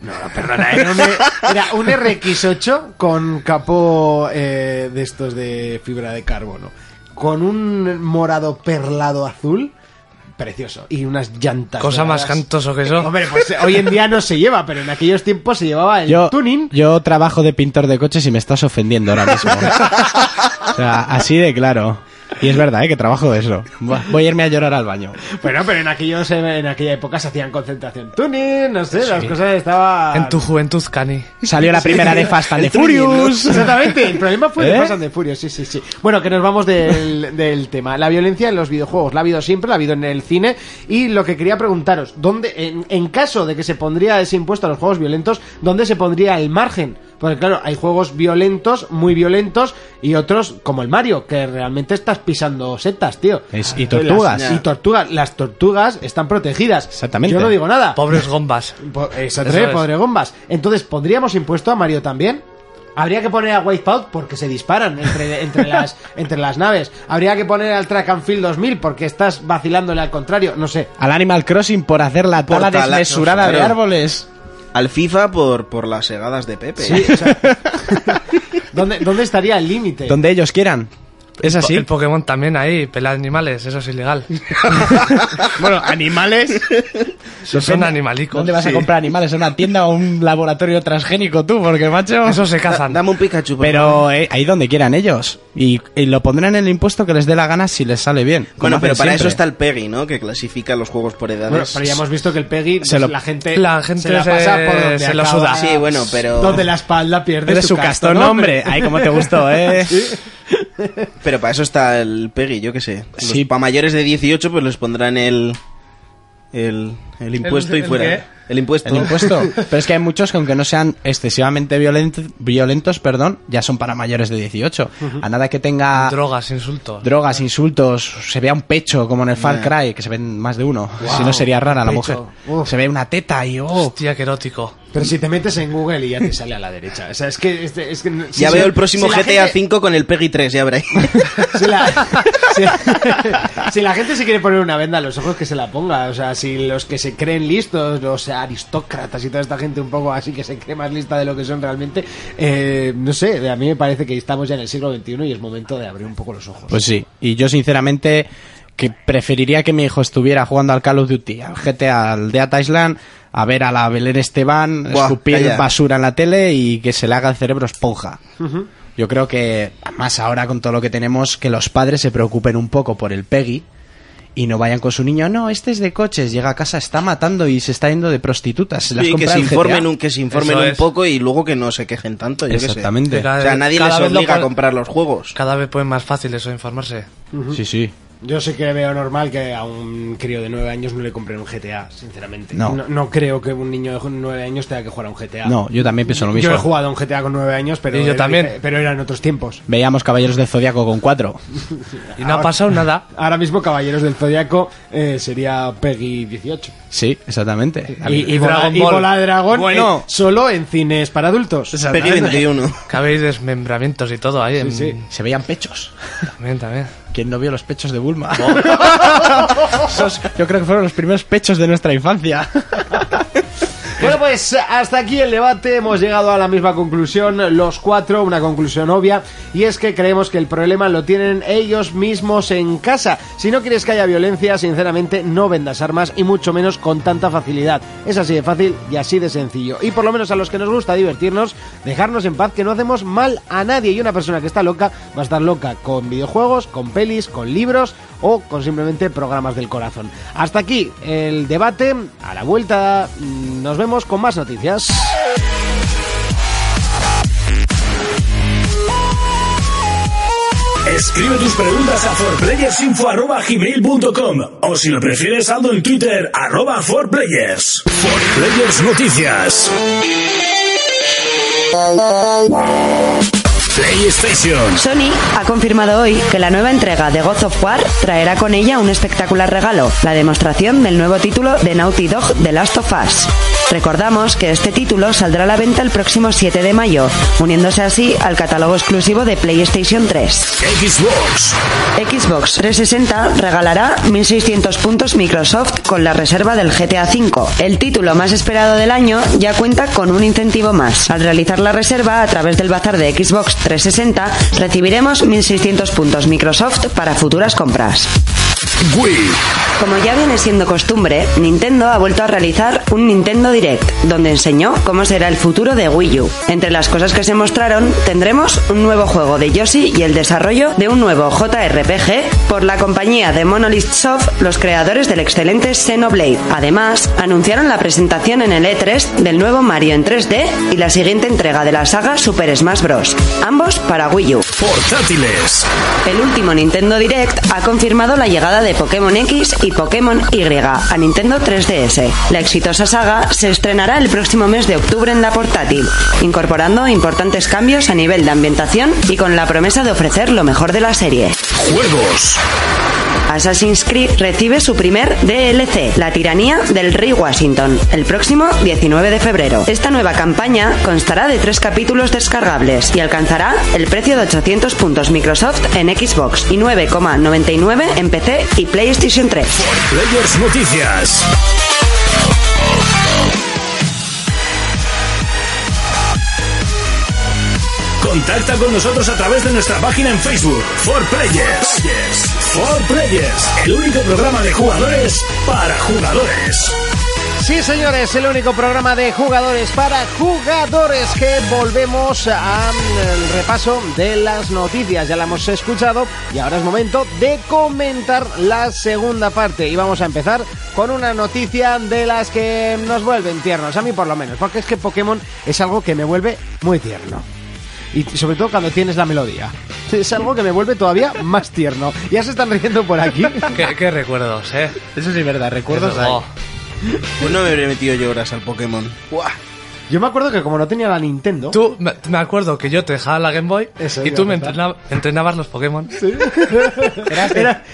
A: No, no, Ah, perdona, era un, E, era un RX8 con capó eh, de estos de fibra de carbono, con un morado perlado azul, precioso, y unas llantas.
C: Cosa más
A: doradas.
C: cantoso que eso.
A: Hombre, pues eh, hoy en día no se lleva, pero en aquellos tiempos se llevaba el
B: Yo,
A: tuning.
B: yo trabajo de pintor de coches y me estás ofendiendo ahora mismo. o sea, así de claro. Y es verdad, ¿eh? Que trabajo de eso. Buah, Voy a irme a llorar al baño.
A: Bueno, pero en aquellos eh, en aquella época se hacían concentración tuning, no sé, las cosas estaban.
C: En tu juventud, Cani.
B: Salió la primera de Fast and the Furious.
A: Exactamente, el problema fue de
B: ¿Eh?
A: Fast and the Furious, sí, sí, sí. Bueno, que nos vamos del, del tema. La violencia en los videojuegos, la ha habido siempre, la ha habido en el cine. Y lo que quería preguntaros, ¿dónde, en, en caso de que se pondría ese impuesto a los juegos violentos, ¿dónde se pondría el margen? Porque claro, hay juegos violentos, muy violentos, y otros, como el Mario, que realmente estás pisando setas, tío.
B: Es- y tortugas.
A: Las- y tortugas. Las tortugas están protegidas.
B: Exactamente.
A: Yo no digo nada.
C: Pobres gombas.
A: Po- eh, se
C: Eso
A: atreve,
C: es.
A: podre gombas. Entonces, ¿pondríamos impuesto a Mario también? Habría que poner a Wipeout porque se disparan entre, entre, las, entre las naves. Habría que poner al Track and Field 2000 porque estás vacilándole al contrario. No sé.
B: Al Animal Crossing por hacer la
G: Por
B: tala
G: talar,
B: desmesurada de
G: claro.
B: árboles.
G: al FIFA por, por las segadas de Pepe.
A: ¿Dónde, dónde estaría el límite?
B: Donde ellos quieran. Es así.
C: El Pokémon también ahí, pelar animales, eso es ilegal.
B: Bueno, animales.
C: Eso son animalicos.
B: ¿Dónde vas a
C: Sí.
B: comprar animales? ¿En una tienda o un laboratorio transgénico tú? Porque, macho.
C: Eso se
G: Da-
C: cazan.
G: Dame un Pikachu. por favor.
B: Pero eh, ahí donde quieran ellos. Y, y lo pondrán en el impuesto que les dé la gana si les sale bien. como
G: bueno, pero
B: hacen
G: para eso
B: siempre.
G: está el Peggy, ¿no? Que clasifica los juegos por edades.
A: Bueno, pero ya hemos visto que el Peggy, pues,
B: Se lo-
A: la gente,
C: la gente
A: se la
C: se-
A: pasa por donde
C: se lo
A: acaba.
C: suda.
G: Sí, bueno, pero
A: Donde la espalda pierde
B: Eres su castón, hombre. Ay, como te gustó, ¿eh?
G: Pero para eso está el Peggy, yo qué sé.
B: Sí.
G: Para mayores de 18, pues les pondrán el. El, el impuesto
C: ¿El-
G: y
C: el
G: fuera.
C: qué?
G: El impuesto.
B: El impuesto. Pero es que hay muchos que, aunque no sean excesivamente violent- violentos, perdón, ya son para mayores de 18. A nada que tenga
C: Drogas, insultos.
B: drogas, insultos, se vea un pecho como en el Far Cry, que se ven más de uno. Si no sería rara la mujer.
A: Pecho. Uf.
B: Se ve una teta y oh.
C: Hostia, qué erótico.
A: Pero si te metes en Google y ya te sale a la derecha. O sea, es que. Es, es que si
G: ya
A: se-
G: veo el
A: si
G: próximo
A: la
G: GTA
A: gente-
G: 5 con el Peggy 3, ya veréis.
A: Si la, si- si la gente se quiere poner una venda a los ojos, que se la ponga. O sea, si los que se creen listos, los aristócratas y toda esta gente un poco así que se cree más lista de lo que son realmente, eh, no sé, a mí me parece que estamos ya en el siglo XXI y es momento de abrir un poco los ojos.
B: Pues sí, y yo sinceramente que preferiría que mi hijo estuviera jugando al Call of Duty, al GTA, al Dead Island, a ver a la Belén Esteban
G: Buah,
B: escupir
G: calla.
B: basura en la tele y que se le haga el cerebro esponja. Yo creo que, más ahora con todo lo que tenemos, que los padres se preocupen un poco por el Peggy y no vayan con su niño, no, este es de coches, llega a casa, está matando y se está yendo de prostitutas. Se las
G: Sí, que
B: compra
G: se
B: el GTA.
G: informen, un, que se informen
C: Eso
G: un
C: es.
G: poco y luego que no se quejen tanto, yo qué sé.
B: Exactamente.
G: O sea, nadie les
C: Cada vez lo
G: obliga a
C: cual-
G: comprar los juegos.
C: Cada vez pues más fácil eso informarse.
B: Sí, sí.
A: Yo sí que veo normal que a un crío de 9 años no le compren un GTA, sinceramente.
B: No.
A: No, no creo que un niño de 9 años tenga que jugar a un GTA.
B: No, yo también pienso lo
A: Yo
B: mismo.
A: he jugado a un GTA con 9 años, pero,
C: Y yo
A: era-
C: también.
A: pero eran otros tiempos.
B: Veíamos Caballeros del Zodiaco con cuatro.
C: Y no ha pasado nada.
A: Ahora mismo Caballeros del Zodiaco eh, sería Peggy 18.
B: Sí, exactamente.
A: Y, y,
C: Y
A: Bola,
C: Dragon
A: y
C: Ball.
A: Bola de Dragón
B: Bueno.
A: eh, solo en cines para adultos.
G: Peggy 21.
C: Que habéis desmembramientos y todo ahí. en-
A: sí.
B: Se veían pechos.
C: También, también.
B: ¿Quién no vio los pechos de Bulma? Esos, yo creo que fueron los primeros pechos de nuestra infancia.
A: Bueno, pues hasta aquí el debate. Hemos llegado a la misma conclusión, los cuatro, una conclusión obvia, y es que creemos que el problema lo tienen ellos mismos en casa. Si no quieres que haya violencia, sinceramente no vendas armas y mucho menos con tanta facilidad. Es así de fácil y así de sencillo. Y por lo menos a los que nos gusta divertirnos, dejarnos en paz que no hacemos mal a nadie. Y una persona que está loca va a estar loca con videojuegos, con pelis, con libros o con simplemente programas del corazón. Hasta aquí el debate. A la vuelta mm, nos vemos con más noticias.
E: Escribe tus preguntas a forplayersinfo.gmail.com o si lo prefieres, saldo en Twitter, arroba forplayers. Forplayers Noticias. PlayStation.
F: Sony ha confirmado hoy que la nueva entrega de God of War traerá con ella un espectacular regalo, la demostración del nuevo título de Naughty Dog The Last of Us. Recordamos que este título saldrá a la venta el próximo 7 de mayo, uniéndose así al catálogo exclusivo de PlayStation 3.
E: Xbox.
F: Xbox 360 regalará 1.600 puntos Microsoft con la reserva del GTA V. El título más esperado del año ya cuenta con un incentivo más. Al realizar la reserva a través del bazar de Xbox 360 recibiremos 1.600 puntos Microsoft para futuras compras.
E: Wii.
F: Como ya viene siendo costumbre, Nintendo ha vuelto a realizar un Nintendo Direct, donde enseñó cómo será el futuro de Wii U. Entre las cosas que se mostraron, tendremos un nuevo juego de Yoshi y el desarrollo de un nuevo JRPG por la compañía de Monolith Soft, los creadores del excelente Xenoblade. Además, anunciaron la presentación en el E3 del nuevo Mario en 3D y la siguiente entrega de la saga Super Smash Bros. Ambos para Wii U.
E: Portátiles.
F: El último Nintendo Direct ha confirmado la llegada de Pokémon X y Pokémon Y a Nintendo 3DS. La exitosa saga se estrenará el próximo mes de octubre en la portátil, incorporando importantes cambios a nivel de ambientación y con la promesa de ofrecer lo mejor de la serie.
E: Juegos.
F: Assassin's Creed recibe su primer DLC, La tiranía del rey Washington, el próximo 19 de febrero. Esta nueva campaña constará de tres capítulos descargables y alcanzará el precio de 800 puntos Microsoft en Xbox y 9,99 en PC y PlayStation 3.
E: Players Noticias. Contacta con nosotros a través de nuestra página en Facebook, For Players. For Players, el único programa de jugadores para jugadores.
A: Sí, señores, el único programa de jugadores para jugadores que volvemos al repaso de las noticias. Ya la hemos escuchado y ahora es momento de comentar la segunda parte. Y vamos a empezar con una noticia de las que nos vuelven tiernos, a mí por lo menos, porque es que Pokémon es algo que me vuelve muy tierno. Y sobre todo cuando tienes la melodía. Es algo que me vuelve todavía más tierno. Ya se están riendo por aquí.
C: ¿Qué, qué recuerdos, eh?
B: Eso sí es verdad, recuerdos
C: Pero, oh,
G: Pues no me habré metido yo horas al Pokémon. Buah.
A: Yo me acuerdo que como no tenía la Nintendo...
C: Tú, me, me acuerdo que yo te dejaba la Game Boy
A: Eso
C: y
A: iba
C: tú
A: a
C: me
A: contar.
C: entrenab- entrenabas los Pokémon.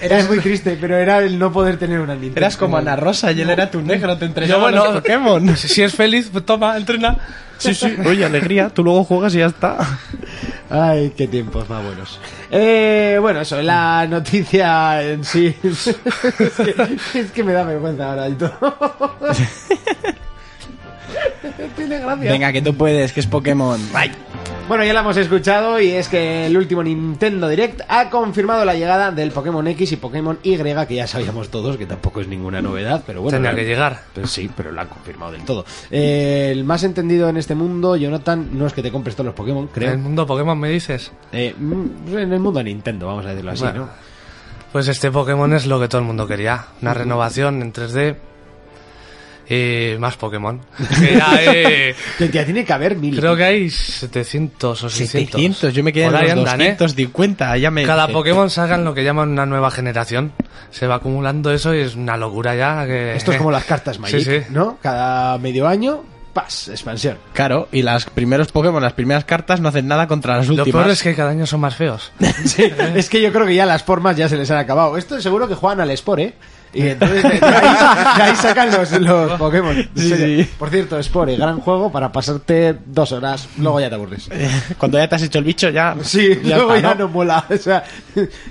A: Eras, muy triste, pero era el no poder tener una Nintendo.
B: Eras como Ana Rosa y él era tu negro, te
C: Yo,
B: entregaba
C: bueno,
B: los Pokémon.
C: Si, si es feliz, pues toma, entrena.
B: Sí, sí. Oye, alegría, tú luego juegas y ya está.
A: Ay, qué tiempos más buenos. Eh, bueno, eso, la noticia en sí. es, que, es que me da vergüenza ahora y todo. Tiene gracia.
I: Venga, que tú puedes, que es Pokémon. Ay.
A: Bueno, ya la hemos escuchado y es que el último Nintendo Direct ha confirmado la llegada del Pokémon X y Pokémon Y, que ya sabíamos todos que tampoco es ninguna novedad, pero bueno.
B: eh.
C: Tenía
A: la-
C: que llegar.
A: Pues sí, pero lo han confirmado del todo. Eh, el más entendido en este mundo, Jonathan, no es que te compres todos los Pokémon,
C: En el
A: creo.
C: mundo Pokémon me dices.
A: Eh, mm, en el mundo de Nintendo, vamos a decirlo así,
C: Bueno.
A: ¿no?
C: Pues este Pokémon es lo que todo el mundo quería. Una renovación en 3D. Y más Pokémon. Que ya, eh,
A: Que ya tiene que haber mil.
C: creo que hay 700 o 600.
B: 700, yo me quedé en
C: Por
B: los
C: ahí andan, ¿eh?
B: 250, ya me...
C: Cada
B: eh,
C: Pokémon sacan lo que llaman una nueva generación. Se va acumulando eso y es una locura ya. Que...
A: Esto es como las cartas Magic,
C: Eh. Sí, sí.
A: ¿no? Cada medio año, pas, expansión.
B: Claro, y las primeros Pokémon, las primeras cartas no hacen nada contra las
C: Lo
B: últimas.
C: peor es que cada año son más feos.
A: Sí, es que yo creo que ya las formas ya se les han acabado. Esto seguro que juegan al Spore, ¿eh? Y entonces de, de ahí, de ahí sacan los, los Pokémon. En serio. Por cierto, Spore, gran juego para pasarte dos horas, luego ya te aburres.
B: Cuando ya te has hecho el bicho, ya...
A: Sí,
B: ya
A: luego
B: está,
A: ya
B: ¿no?
A: no mola. O sea,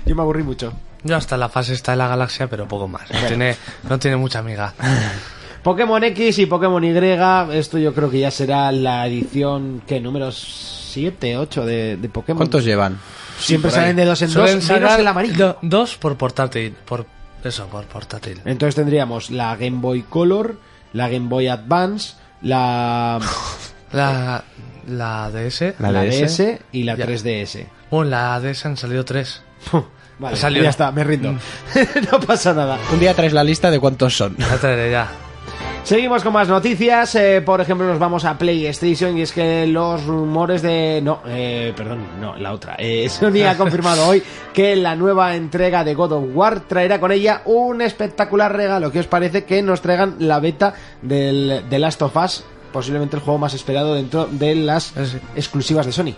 A: yo me aburrí mucho.
C: Yo hasta la fase está de la galaxia, pero poco más. No tiene, no tiene mucha amiga.
A: Pokémon X y Pokémon Y, esto yo creo que ya será la edición, ¿qué? Número 7, 8 de, de Pokémon.
I: ¿Cuántos llevan?
A: Siempre salen de dos en
C: Suelen
A: dos, menos
C: sacar
A: el amarillo.
C: do- dos por portátil. Por eso, por portátil.
A: Entonces tendríamos la Game Boy Color, la Game Boy Advance, la,
C: La, la DS.
A: la, DS? y la
C: Ya.
A: 3DS.
C: Bueno, Uh, la DS han salido tres.
A: Vale,
C: Salió.
A: ya está, me rindo. no pasa nada.
B: Un día traes la lista de cuántos son.
C: Ya te diré ya.
A: Seguimos con más noticias. eh, por ejemplo, nos vamos a PlayStation y es que los rumores de... No, eh, perdón, no, la otra. Eh, Sony ha confirmado hoy que la nueva entrega de God of War traerá con ella un espectacular regalo. ¿Qué os parece que nos traigan la beta del, de Last of Us? Posiblemente el juego más esperado dentro de las
C: Eh, sí.
A: exclusivas de Sony.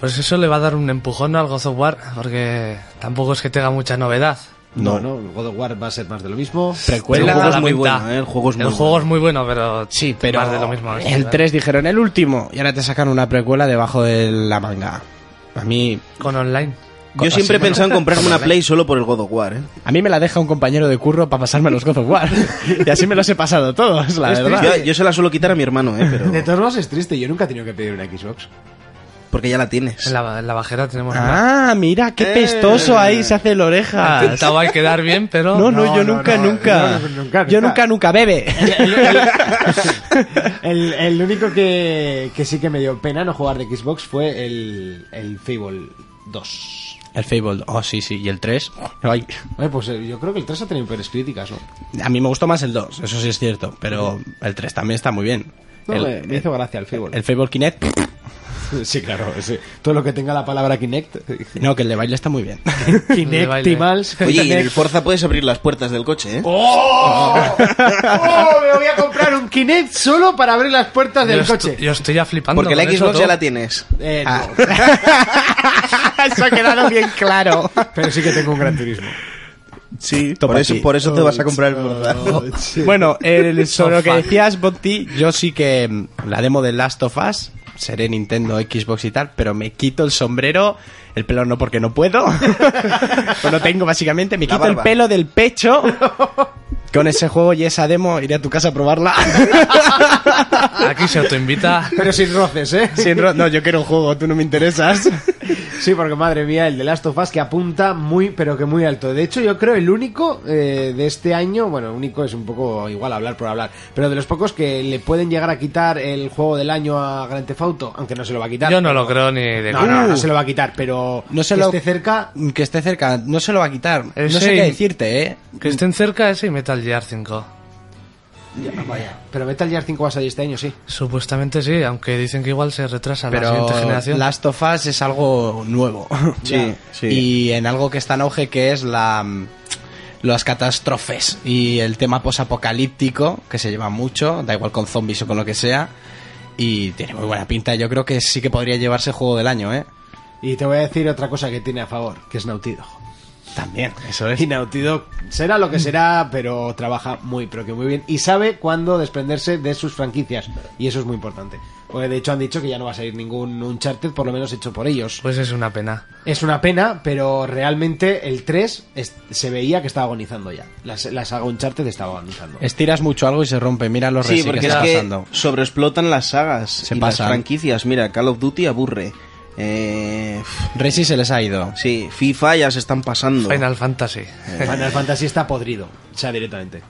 C: Pues eso le va a dar un empujón al God of War, porque tampoco es que tenga mucha novedad.
A: No, no, God of War va a ser más de lo mismo.
G: El
C: Pero
G: juego
C: la
G: es muy
C: venta.
G: bueno, ¿eh? El juego es muy
C: El juego es muy bueno, pero
B: Sí, pero
C: más de lo mismo. ¿eh?
B: el 3 dijeron el último y ahora te sacan una precuela debajo de la manga. A mí,
C: Con online.
G: Yo siempre he pensado en comprarme una Play solo por el God of War, ¿eh?
B: a mí me la deja un compañero de curro para pasarme los God of War. y así me los he pasado todos, la verdad.
G: Yo, yo se la suelo quitar a mi hermano, ¿eh? Pero-
A: De todos modos es triste, yo nunca he tenido que pedir una Xbox.
G: porque ya la tienes.
C: En la, en la bajera tenemos una.
B: Ah, mira, qué pestoso ahí se hace el oreja.
C: Intentaba quedar bien, pero.
B: Ah. No, no, yo
A: no,
B: nunca,
A: no, no,
B: nunca.
A: no, nunca,
B: Yo
A: nunca.
B: nunca, nunca bebe.
A: El, el único que, que sí que me dio pena no jugar de Xbox fue el, el Fable 2.
B: El Fable, oh sí, sí, y el 3. Ay,
A: Eh, pues eh, yo creo que el 3 ha tenido peores críticas, ¿no?
B: a mí me gustó más el 2, eso sí es cierto, pero el 3 también está muy bien.
A: No,
B: el,
A: me, me hizo gracia el Fable.
B: el Fable Kinect,
A: Sí, claro, sí. todo lo que tenga la palabra Kinect.
B: no, que el de baile está muy bien.
A: Kinectimals.
G: Oye, y en el
A: Kinect.
G: Forza puedes abrir las puertas del coche, ¿eh?
A: ¡Oh! Me voy a comprar un Kinect solo para abrir las puertas
C: Yo,
A: del
C: estu-
A: coche.
C: yo estoy ya flipando.
G: Porque la
C: con eso
G: Xbox ya
C: todo.
G: la tienes.
A: Eh, no,
B: Eso ha quedado bien claro.
A: pero sí que tengo un gran turismo.
G: Sí,
B: Toma
G: por eso,
B: aquí.
G: por eso te vas a comprar el Forza.
A: Oh,
B: Bueno, el- sobre lo que
C: Sofá.
B: decías, Bonti, yo sí que mm, la demo de Last of Us, seré Nintendo, Xbox y tal, pero me quito el sombrero, el pelo no porque no puedo, o no tengo básicamente, me
G: La
B: quito el
G: barba.
B: pelo del pecho. Con ese juego y esa demo iré a tu casa a probarla.
C: Aquí se autoinvita.
A: Pero sin roces, ¿eh?
B: Sin ro- no, yo quiero un juego, tú no me interesas.
A: Sí, porque madre mía, el de Last of Us que apunta muy, pero que muy alto. De hecho, yo creo el único eh, de este año, bueno, único es un poco igual hablar por hablar, pero de los pocos que le pueden llegar a quitar el juego del año a Grand Theft Auto, aunque no se lo va a quitar.
C: Yo no lo creo ni de
A: No, no, no se lo va a quitar, pero
B: Uh. No se
A: que
B: lo-
A: esté cerca.
B: Que esté cerca, no se lo va a quitar. No sé
C: Ese-
B: qué decirte, eh.
C: Que estén cerca ese y Metal Gear 5.
A: Pero Metal Gear 5 va a salir este año, sí.
C: Supuestamente sí, aunque dicen que igual se retrasa a la
B: Pero
C: siguiente generación.
B: Last of Us es algo nuevo.
G: Sí, sí.
B: Y en algo que está en auge que es la mm, las catástrofes y el tema posapocalíptico que se lleva mucho, da igual con zombies o con lo que sea. Y tiene muy buena pinta. Yo creo que sí que podría llevarse juego del año, ¿eh?
A: Y te voy a decir otra cosa que tiene a favor, que es Naughty Dog.
B: También, eso es.
A: Y Naughty Dog será lo que será, pero trabaja muy, pero que muy bien. Y sabe cuándo desprenderse de sus franquicias. Y eso es muy importante. Porque de hecho han dicho que ya no va a salir ningún Uncharted, por lo menos hecho por ellos.
C: Pues es una pena.
A: Es una pena, pero realmente el 3 es- se veía que estaba agonizando ya. La, se- la saga Uncharted estaba agonizando.
B: Estiras mucho algo y se rompe. Mira los
G: Sí,
B: resi que
G: porque es
B: está
G: que
B: pasando.
G: sobreexplotan las sagas
B: Se
G: y
B: pasan.
G: las franquicias. Mira, Call of Duty aburre. Eh,
B: Resi se les ha ido.
G: sí, FIFA ya se están pasando.
C: Final Fantasy.
A: Eh, Final Fantasy está podrido, o sea, directamente.
G: Es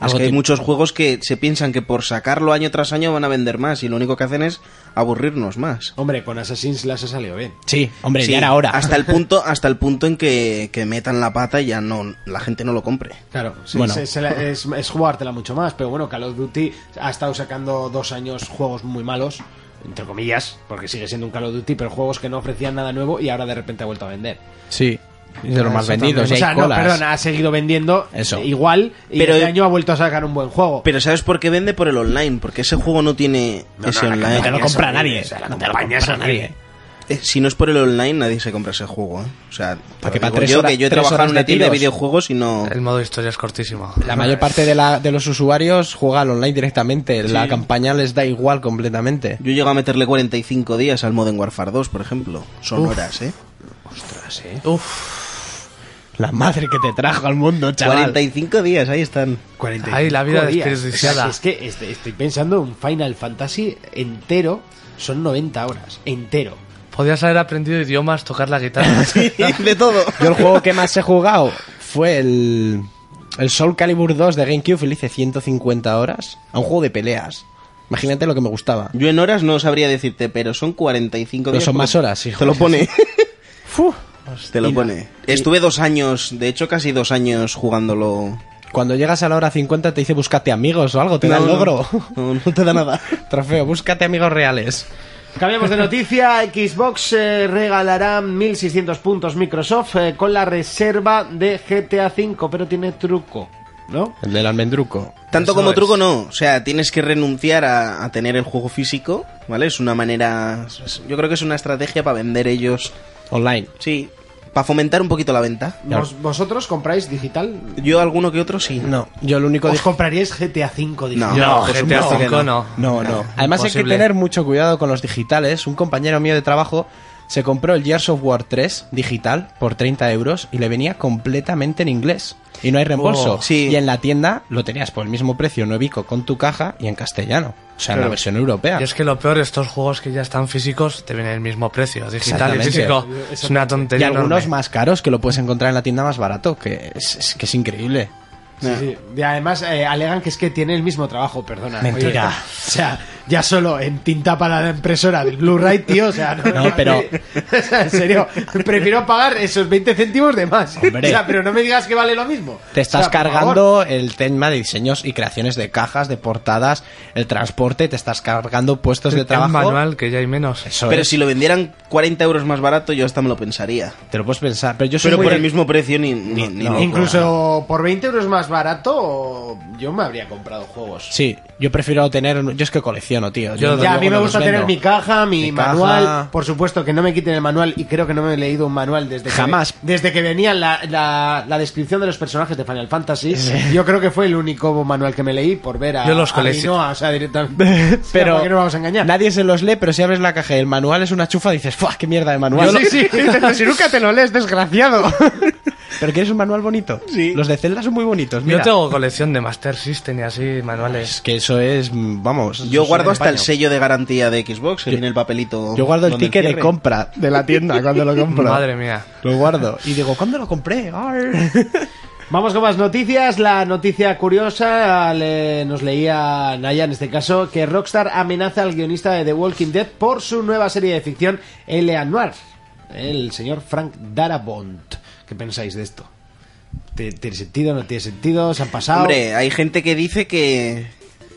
B: Algo
G: que hay
B: tiene-
G: muchos juegos que se piensan que por sacarlo año tras año van a vender más y lo único que hacen es aburrirnos más.
A: Hombre, con Assassin's Class ha salido bien.
B: Sí, hombre,
G: Sí,
B: ya era hora.
G: Hasta el punto, hasta el punto en que, que metan la pata y ya no, la gente no lo compre.
A: Claro, sí,
B: Bueno.
A: se- se la- es, es jugártela mucho más, pero bueno, Call of Duty ha estado sacando dos años juegos muy malos, entre comillas, porque sigue siendo un Call of Duty, pero juegos que no ofrecían nada nuevo y ahora de repente ha vuelto a vender.
B: Sí, es de los más
A: Eso también.
B: vendidos. y
A: O
B: hay
A: sea, no,
B: colas.
A: perdón, ha seguido vendiendo
B: Eso.
A: igual y
G: Pero-
A: este año ha vuelto a sacar un buen juego.
G: Pero ¿sabes por qué vende? Por el online, porque ese juego no tiene ese online.
B: no te lo compra nadie. No te lo compra nadie.
G: Eh, Si no es por el online, nadie se compra ese juego. ¿eh? O sea, te lo
B: que para
G: digo
B: tres
G: yo
B: horas-
G: que yo he
B: tres
G: trabajado en
B: horas de
G: una tienda de
B: tiros.
G: videojuegos y no...
C: El modo historia es cortísimo.
B: La mayor parte de, la- de los usuarios juega al online directamente. La campaña les da igual completamente.
G: Yo llego a meterle 45 días al Modern Warfare 2, por ejemplo. Son horas, ¿eh?
B: La madre que te trajo al mundo, chaval.
G: 45 días, ahí están.
A: 45
C: Ay, la vida
A: días.
C: desperdiciada.
A: O sea, si es que este- estoy pensando un Final Fantasy entero, son 90 horas, entero.
C: Podías haber aprendido idiomas, tocar la guitarra.
G: de todo.
B: Yo el juego que más he jugado fue el, el Soul Calibur 2 de GameCube y le hice 150 horas a un juego de peleas. Imagínate lo que me gustaba.
G: Yo en horas no sabría decirte, pero son 45
B: Pero
G: días.
B: son
G: porque
B: más horas, hijo.
G: Te lo pone.
B: Fu.
G: Te lo pone. Estuve dos años, de hecho casi dos años jugándolo.
B: Cuando llegas a la hora 50 te dice búscate amigos o algo, te da
G: No,
B: el
G: no.
B: logro.
G: No, no te da nada.
B: Trofeo, búscate amigos reales.
A: Cambiamos de noticia, Xbox eh, regalará 1600 puntos Microsoft eh, con la reserva de GTA V, pero tiene truco, ¿no?
B: El del almendruco.
G: Tanto
C: Eso
G: como
C: es.
G: truco no, o sea, tienes que renunciar a, a tener el juego físico, ¿vale? Es una manera, es- yo creo que es una estrategia para vender ellos,
B: Online.
G: sí, para fomentar un poquito la venta.
A: Vos- ¿Vosotros compráis digital?
G: Yo alguno que otro sí.
B: No, yo el único...
A: ¿Os
B: dije-
A: compraríais GTA V digital?
G: No,
C: No,
G: por
C: GTA
G: supuesto que
C: V
G: no.
B: No,
C: no.
B: no. Además hay que
C: Imposible.
B: tener mucho cuidado con los digitales. Un compañero mío de trabajo se compró el Gears of War 3 digital por 30 euros y le venía completamente en inglés. Y no hay reembolso.
G: Oh, sí.
B: Y en la tienda lo tenías por el mismo precio nuevico con tu caja y en castellano. O sea, en la versión europea.
C: Y es que lo peor, estos juegos que ya están físicos te vienen el mismo precio, digital y
B: Exactamente.
C: físico. Es una
B: Y
C: tontería.
B: algunos
C: enorme.
B: más caros que lo puedes encontrar en la tienda más barato, que es, es que es increíble.
A: Sí, sí. Y además eh, alegan que es que tiene el mismo trabajo, perdona.
B: Mentira.
A: Oye, o sea, ya solo en tinta para la impresora del Blu-ray, tío, o sea, no,
B: No, pero-
A: o sea, en serio, prefiero pagar esos 20 céntimos de más.
B: Hombre.
A: O sea, pero no me digas que vale lo mismo.
B: Te estás
A: O sea, por favor.
B: cargando el tema de diseños y creaciones de cajas, de portadas, el transporte, te estás cargando puestos de
C: El
B: trabajo.
C: manual que ya hay menos.
B: Eso
G: Pero
B: es.
G: si lo vendieran 40 euros más barato, yo hasta me lo pensaría.
B: Te lo puedes pensar, pero yo soy
G: Pero
B: muy
G: por
B: de-
G: el mismo precio ni, ni, ni
B: no.
G: loco.
A: Incluso por 20 euros más barato, yo me habría comprado juegos.
B: Sí, yo prefiero tener... Yo es que colecciono, tío.
C: Yo-
B: luego
A: Ya, a mí me
B: no los
A: gusta tener
B: vendo.
A: mi caja, mi,
B: Mi caja.
A: manual. Por supuesto que no me quiten el manual y creo que no me he leído un manual desde que
B: Jamás.
A: desde que venía la, la- la descripción de los personajes de Final Fantasy. Yo creo que fue el único manual que me leí por ver a,
C: Yo los
A: a
C: coleccio-
A: Minoa, o sea, directamente.
B: Pero
A: ¿Para qué nos vamos a engañar?
B: nadie se los lee, pero si abres la caja y el manual es una chufa, dices, ¡fuah, qué mierda de manual!
A: Yo sí, sí, pero si nunca te lo lees, desgraciado.
B: Pero quieres un manual bonito.
G: Sí.
B: Los de Zelda son muy bonitos, mira.
C: Yo tengo colección de Master System y así,
B: Es
C: manuales.
B: que eso es... mm, Vamos... eso
G: Yo
B: es
G: guardo
B: un
G: hasta el
B: empaño.
G: sello de garantía de Xbox, que
B: Yo-
G: viene el papelito.
B: Yo guardo el
G: donde
B: ticket de
G: cierre.
B: compra de la tienda cuando lo compro.
C: Madre mía.
B: Lo guardo. Y digo, ¿cuándo lo compré? Ar.
A: Vamos con más noticias. La noticia curiosa le- nos leía Naya en este caso que Rockstar amenaza al guionista de The Walking Dead por su nueva serie de ficción Eleanor. El señor Frank Darabont. ¿Qué pensáis de esto? ¿Ti- ¿Tiene sentido? ¿No tiene sentido? ¿Se han pasado?
G: Hombre, hay gente que dice que,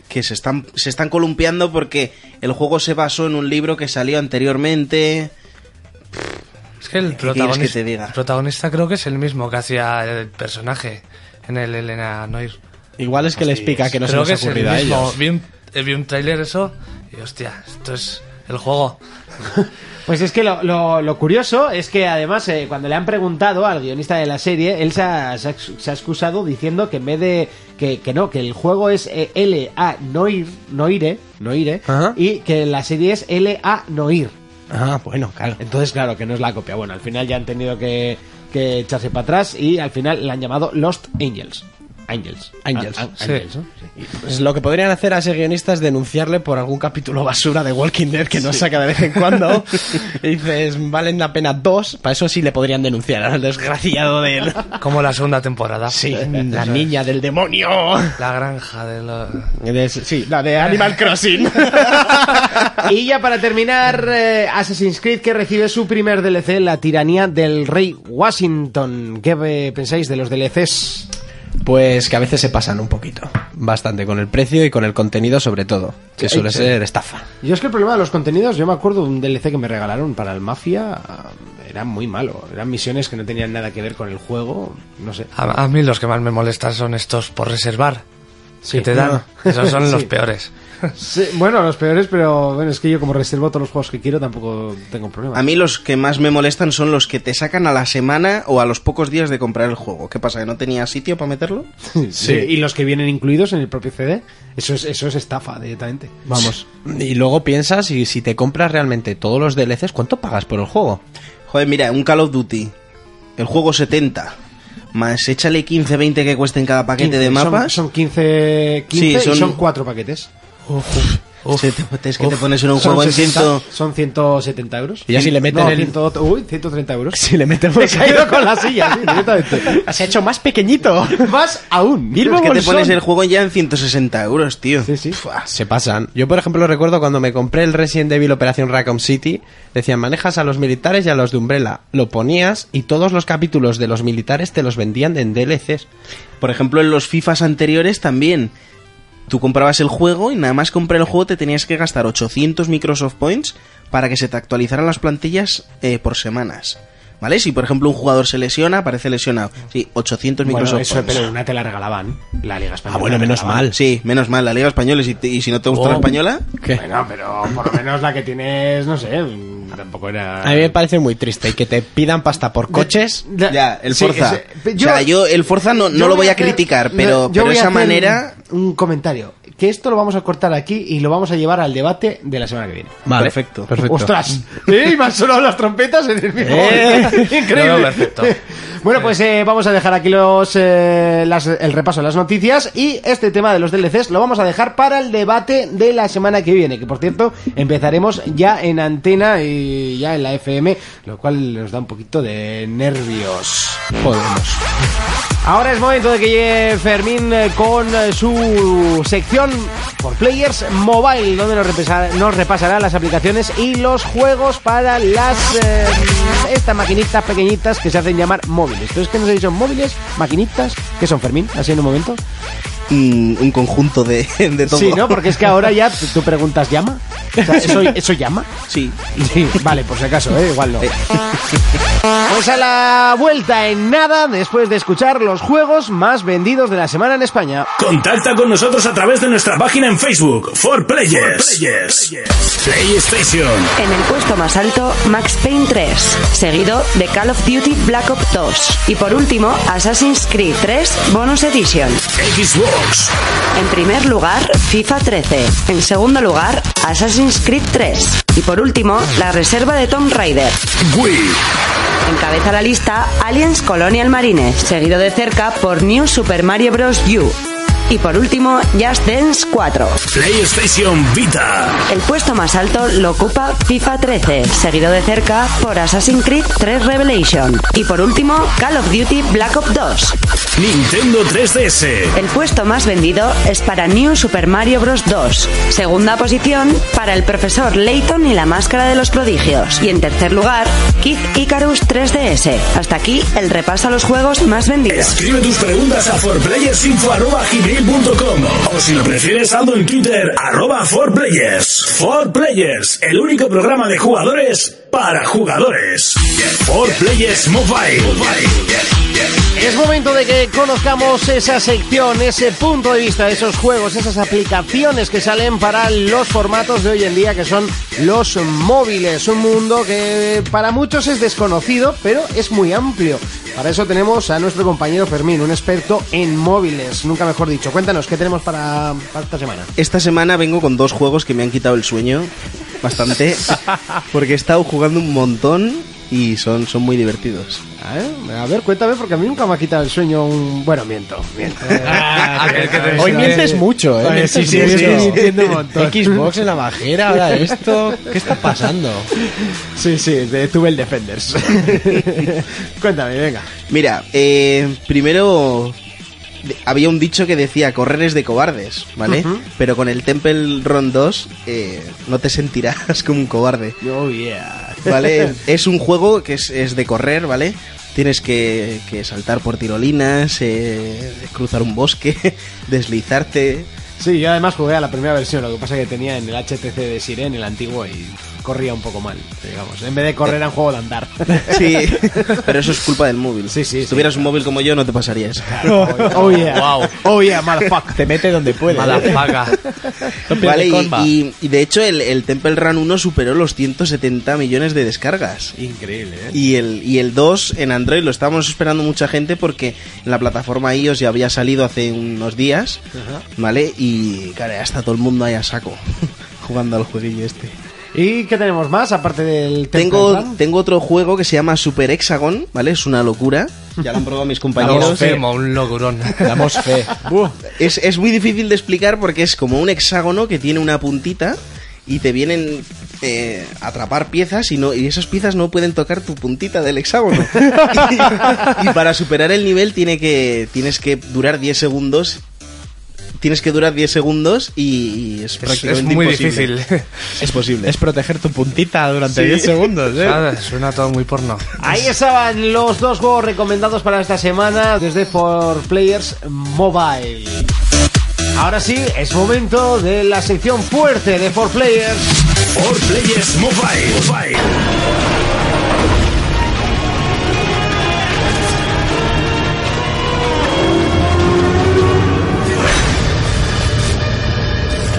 G: que se, están, se están columpiando porque el juego se basó en un libro que salió anteriormente.
C: Es que el
G: quieres
C: protagonista,
G: que te diga?
C: el protagonista creo que es el mismo que hacía el personaje en el Elena Noir.
B: Igual es que les pica que no
C: creo
B: se les
C: que
B: ha ocurrido a
C: es el mismo.
B: ellos.
C: Vi un, eh, vi un tráiler eso y hostia, esto es el juego.
A: Pues es que lo, lo- lo curioso es que además eh, cuando le han preguntado al guionista de la serie, él se ha, se ha- se ha excusado diciendo que en vez de que, que no, que el juego es eh, L.A. Noir, Noire, Noire
I: Ajá.
A: y que la serie es L.A. Noir.
I: Ah, bueno, claro.
A: Entonces, claro, que no es la copia. Bueno, al final ya han tenido que, que echarse para atrás y al final la han llamado Lost Angels. Angels.
I: Angels.
A: Ah, ah,
C: Sí.
A: Angels, ¿no? Sí.
I: Pues lo que podrían hacer a ese guionista es denunciarle por algún capítulo basura de Walking Dead que no saca de vez en cuando. y dices, valen la pena dos. Para eso sí le podrían denunciar al desgraciado del.
C: Como la segunda temporada.
I: Sí, la niña del demonio.
C: La granja de los...
I: De- sí, la de Animal Crossing.
A: Y ya para terminar, eh, Assassin's Creed que recibe su primer DLC, La tiranía del rey Washington. ¿Qué eh, pensáis de los DLCs?
I: Pues que a veces se pasan un poquito. Bastante con el precio y con el contenido, sobre todo. Que suele ser estafa.
A: Yo es que el problema de los contenidos, yo me acuerdo de un DLC que me regalaron para el Mafia, eh, era muy malo. Eran misiones que no tenían nada que ver con el juego, no sé.
C: A, a mí los que más me molestan son estos por reservar. que te dan. Esos son los
A: Sí.
C: peores.
A: Sí, bueno, los peores, pero bueno, es que yo como reservo todos los juegos que quiero tampoco tengo problema.
G: A mí los que más me molestan son los que te sacan a la semana o a los pocos días de comprar el juego. ¿Qué pasa? ¿Que no tenía sitio para meterlo?
A: Sí, Y los que vienen incluidos en el propio CD, eso es, eso es estafa directamente. Vamos.
I: Y luego piensas, y si te compras realmente todos los DLCs, ¿cuánto pagas por el juego?
G: Joder, mira, un Call of Duty. El juego 70. Más échale 15, 20 que cuesten cada paquete de
A: Son,
G: mapas.
A: son 15, 15
G: Sí, son-
A: y son 4 paquetes.
G: Se te- es que te pones en un
A: Son,
G: juego en
A: 60,
G: 100...
A: son 170 euros.
I: Y ya si le meten
A: No,
I: el-
A: 100 uy, 130 euros.
I: Si le
A: Me he
I: metemos.
A: caído con la silla, sí, directamente.
I: Se ha hecho más pequeñito.
A: Más aún.
I: Bilbo
G: Es que te
I: Bolsón.
G: pones el juego ya en 160 euros, tío.
A: Sí, sí.
G: Fua.
I: Se pasan. Yo, por ejemplo, recuerdo cuando me compré el Resident Evil Operación Raccoon City, decían, manejas a los militares y a los de Umbrella. Lo ponías y todos los capítulos de los militares te los vendían en DLCs.
G: Por ejemplo, en los FIFAs anteriores también. Tú comprabas el juego y nada más comprar el juego te tenías que gastar 800 Microsoft Points para que se te actualizaran las plantillas eh, por semanas. ¿Vale? Si por ejemplo un jugador se lesiona, aparece lesionado. Sí, 800 Microsoft Points.
A: pero una te la regalaban. La Liga Española.
I: Ah, bueno,
A: te la
I: menos
A: regalaban.
I: mal.
G: Sí, menos mal, la Liga Española. Y si, te- y si no te gusta
A: Oh.
G: la española,
I: ¿Qué?
A: Bueno, pero por lo menos la que tienes, no sé, tampoco era...
I: A mí me parece muy triste y que te pidan pasta por coches.
G: ya, el
A: Sí,
G: Forza.
A: ese- pe-
G: o sea, yo el Forza no, no
A: yo
G: lo voy a,
A: hacer-
G: criticar,
A: no,
G: pero,
A: yo
G: pero
A: voy a
G: esa
A: hacer
G: manera.
A: Un, un comentario. Que esto lo vamos a cortar aquí y lo vamos a llevar al debate de la semana que viene.
I: Vale.
G: Perfecto.
I: perfecto.
A: ¡Ostras! ¡Eh! Me han sonado las trompetas en el mismo
I: Eh.
A: momento.
C: No,
A: Increíble.
C: no, perfecto.
A: bueno, pues eh, vamos a dejar aquí los eh, las- el repaso de las noticias y este tema de los DLCs lo vamos a dejar para el debate de la semana que viene, que por cierto empezaremos ya en antena y ya en la FM, lo cual nos da un poquito de nervios.
I: Podemos.
A: Ahora es momento de que llegue Fermín eh, con eh, su sección por Players Mobile, donde nos repasa- nos repasará, las aplicaciones y los juegos para las eh, estas maquinitas pequeñitas que se hacen llamar móviles. Pero es que no sé si son móviles, maquinitas, ¿qué son Fermín? Así en un momento.
G: Un, un conjunto de, de todo.
A: Sí, ¿no? Porque es que ahora ya t- tú preguntas llama. O sea, ¿eso, eso llama?
G: Sí.
A: Sí, vale, por si acaso, ¿eh? igual no. Pues a la vuelta en nada, después de escuchar los juegos más vendidos de la semana en España.
E: Contacta con nosotros a través de nuestra página en Facebook, For Players. PlayStation,
F: En el puesto más alto, Max Payne 3, seguido de Call of Duty Black Ops 2 y por último Assassin's Creed 3 Bonus Edition.
E: Xbox,
F: En primer lugar, FIFA 13. En segundo lugar, Assassin's Creed 3 y por último, la reserva de Tomb Raider.
E: Wii,
F: Encabeza la lista Aliens Colonial Marines, seguido de cerca por New Super Mario Bros. U. Y por último, Just Dance 4.
E: PlayStation Vita,
F: El puesto más alto lo ocupa FIFA 13, seguido de cerca por Assassin's Creed 3 Revelation. Y por último, Call of Duty Black Ops 2.
E: Nintendo 3DS,
F: El puesto más vendido es para New Super Mario Bros. 2. Segunda posición para el profesor Layton y la máscara de los prodigios. Y en tercer lugar, Kid Icarus 3DS. Hasta aquí el repaso a los juegos más vendidos.
E: Escribe tus preguntas a forplayersinfo.com o si lo prefieres, saldo en Twitter, arroba 4Players. 4Players, el único programa de jugadores para jugadores. 4Players Mobile.
H: Es momento de que conozcamos esa sección, ese punto de vista, esos juegos, esas aplicaciones que salen para los formatos de hoy en día, que son los móviles. Un mundo que para muchos es desconocido, pero es muy amplio. Para eso tenemos a nuestro compañero Fermín, un experto en móviles, nunca mejor dicho. Cuéntanos, ¿qué tenemos para, para esta semana?
G: Esta semana vengo con dos juegos que me han quitado el sueño bastante, porque he estado jugando un montón y son, son muy divertidos.
H: A ver, a ver, cuéntame, porque a mí nunca me ha quitado el sueño un... Bueno, miento, miento.
B: Ah, Hoy mientes mucho, ¿eh?
A: Oye, sí,
B: Mientes
A: sí,
B: mucho.
A: sí, sí, entiendo un montón.
B: Xbox en la bajera, ahora esto. ¿Qué está pasando?
A: Sí, sí, de- tuve el Defenders. Cuéntame, venga.
G: Mira, eh, primero de- había un dicho que decía correr es de cobardes, ¿vale? Pero con el Temple Run 2 eh, no te sentirás como un cobarde.
A: Oh, yeah.
G: ¿vale? es un juego que es, es de correr, ¿vale? Tienes que, que saltar por tirolinas, eh, cruzar un bosque, deslizarte.
A: Sí, yo además jugué a la primera versión, lo que pasa que tenía en el HTC de Siren, el antiguo, y corría un poco mal, digamos. En vez de correr era un juego de andar.
G: Sí, pero eso es culpa del móvil.
A: Sí, sí,
G: Si
A: sí.
G: tuvieras un móvil como yo, no te pasaría eso.
A: Oh yeah.
C: Wow.
A: Oh yeah, motherfucker.
B: Te mete donde puede.
C: Madafaca.
G: Vale, y, y- y de hecho, el, el Temple Run 1 superó los 170 millones de descargas.
A: Increíble, ¿eh?
G: Y el, y el 2 en Android lo estábamos esperando mucha gente porque en la plataforma iOS ya había salido hace unos días, ¿vale? Y claro, ya está todo el mundo ahí a saco jugando al jueguillo este.
A: ¿Y qué tenemos más aparte del Temple
G: Tengo,
A: Run?
G: tengo otro juego que se llama Super Hexagon, ¿vale? Es una locura. Ya lo han probado
C: Damos
G: mis compañeros.
C: fe, mo, un locurón.
B: Damos fe.
G: Es, es muy difícil de explicar porque es como un hexágono que tiene una puntita y te vienen eh, a atrapar piezas y, no, y esas piezas no pueden tocar tu puntita del hexágono. y, para superar el nivel tiene que, tienes que durar 10 segundos. Tienes que durar 10 segundos y, y es
C: Es,
G: prácticamente
C: es muy
G: imposible.
C: difícil.
G: Es posible.
B: Es proteger tu puntita durante 10 segundos, ¿eh?
C: Nada, Suena todo muy porno.
H: Ahí estaban los dos juegos recomendados para esta semana desde For Players Mobile. Ahora sí, es momento de la sección fuerte de For Players.
E: All Players Mobile. Mobile.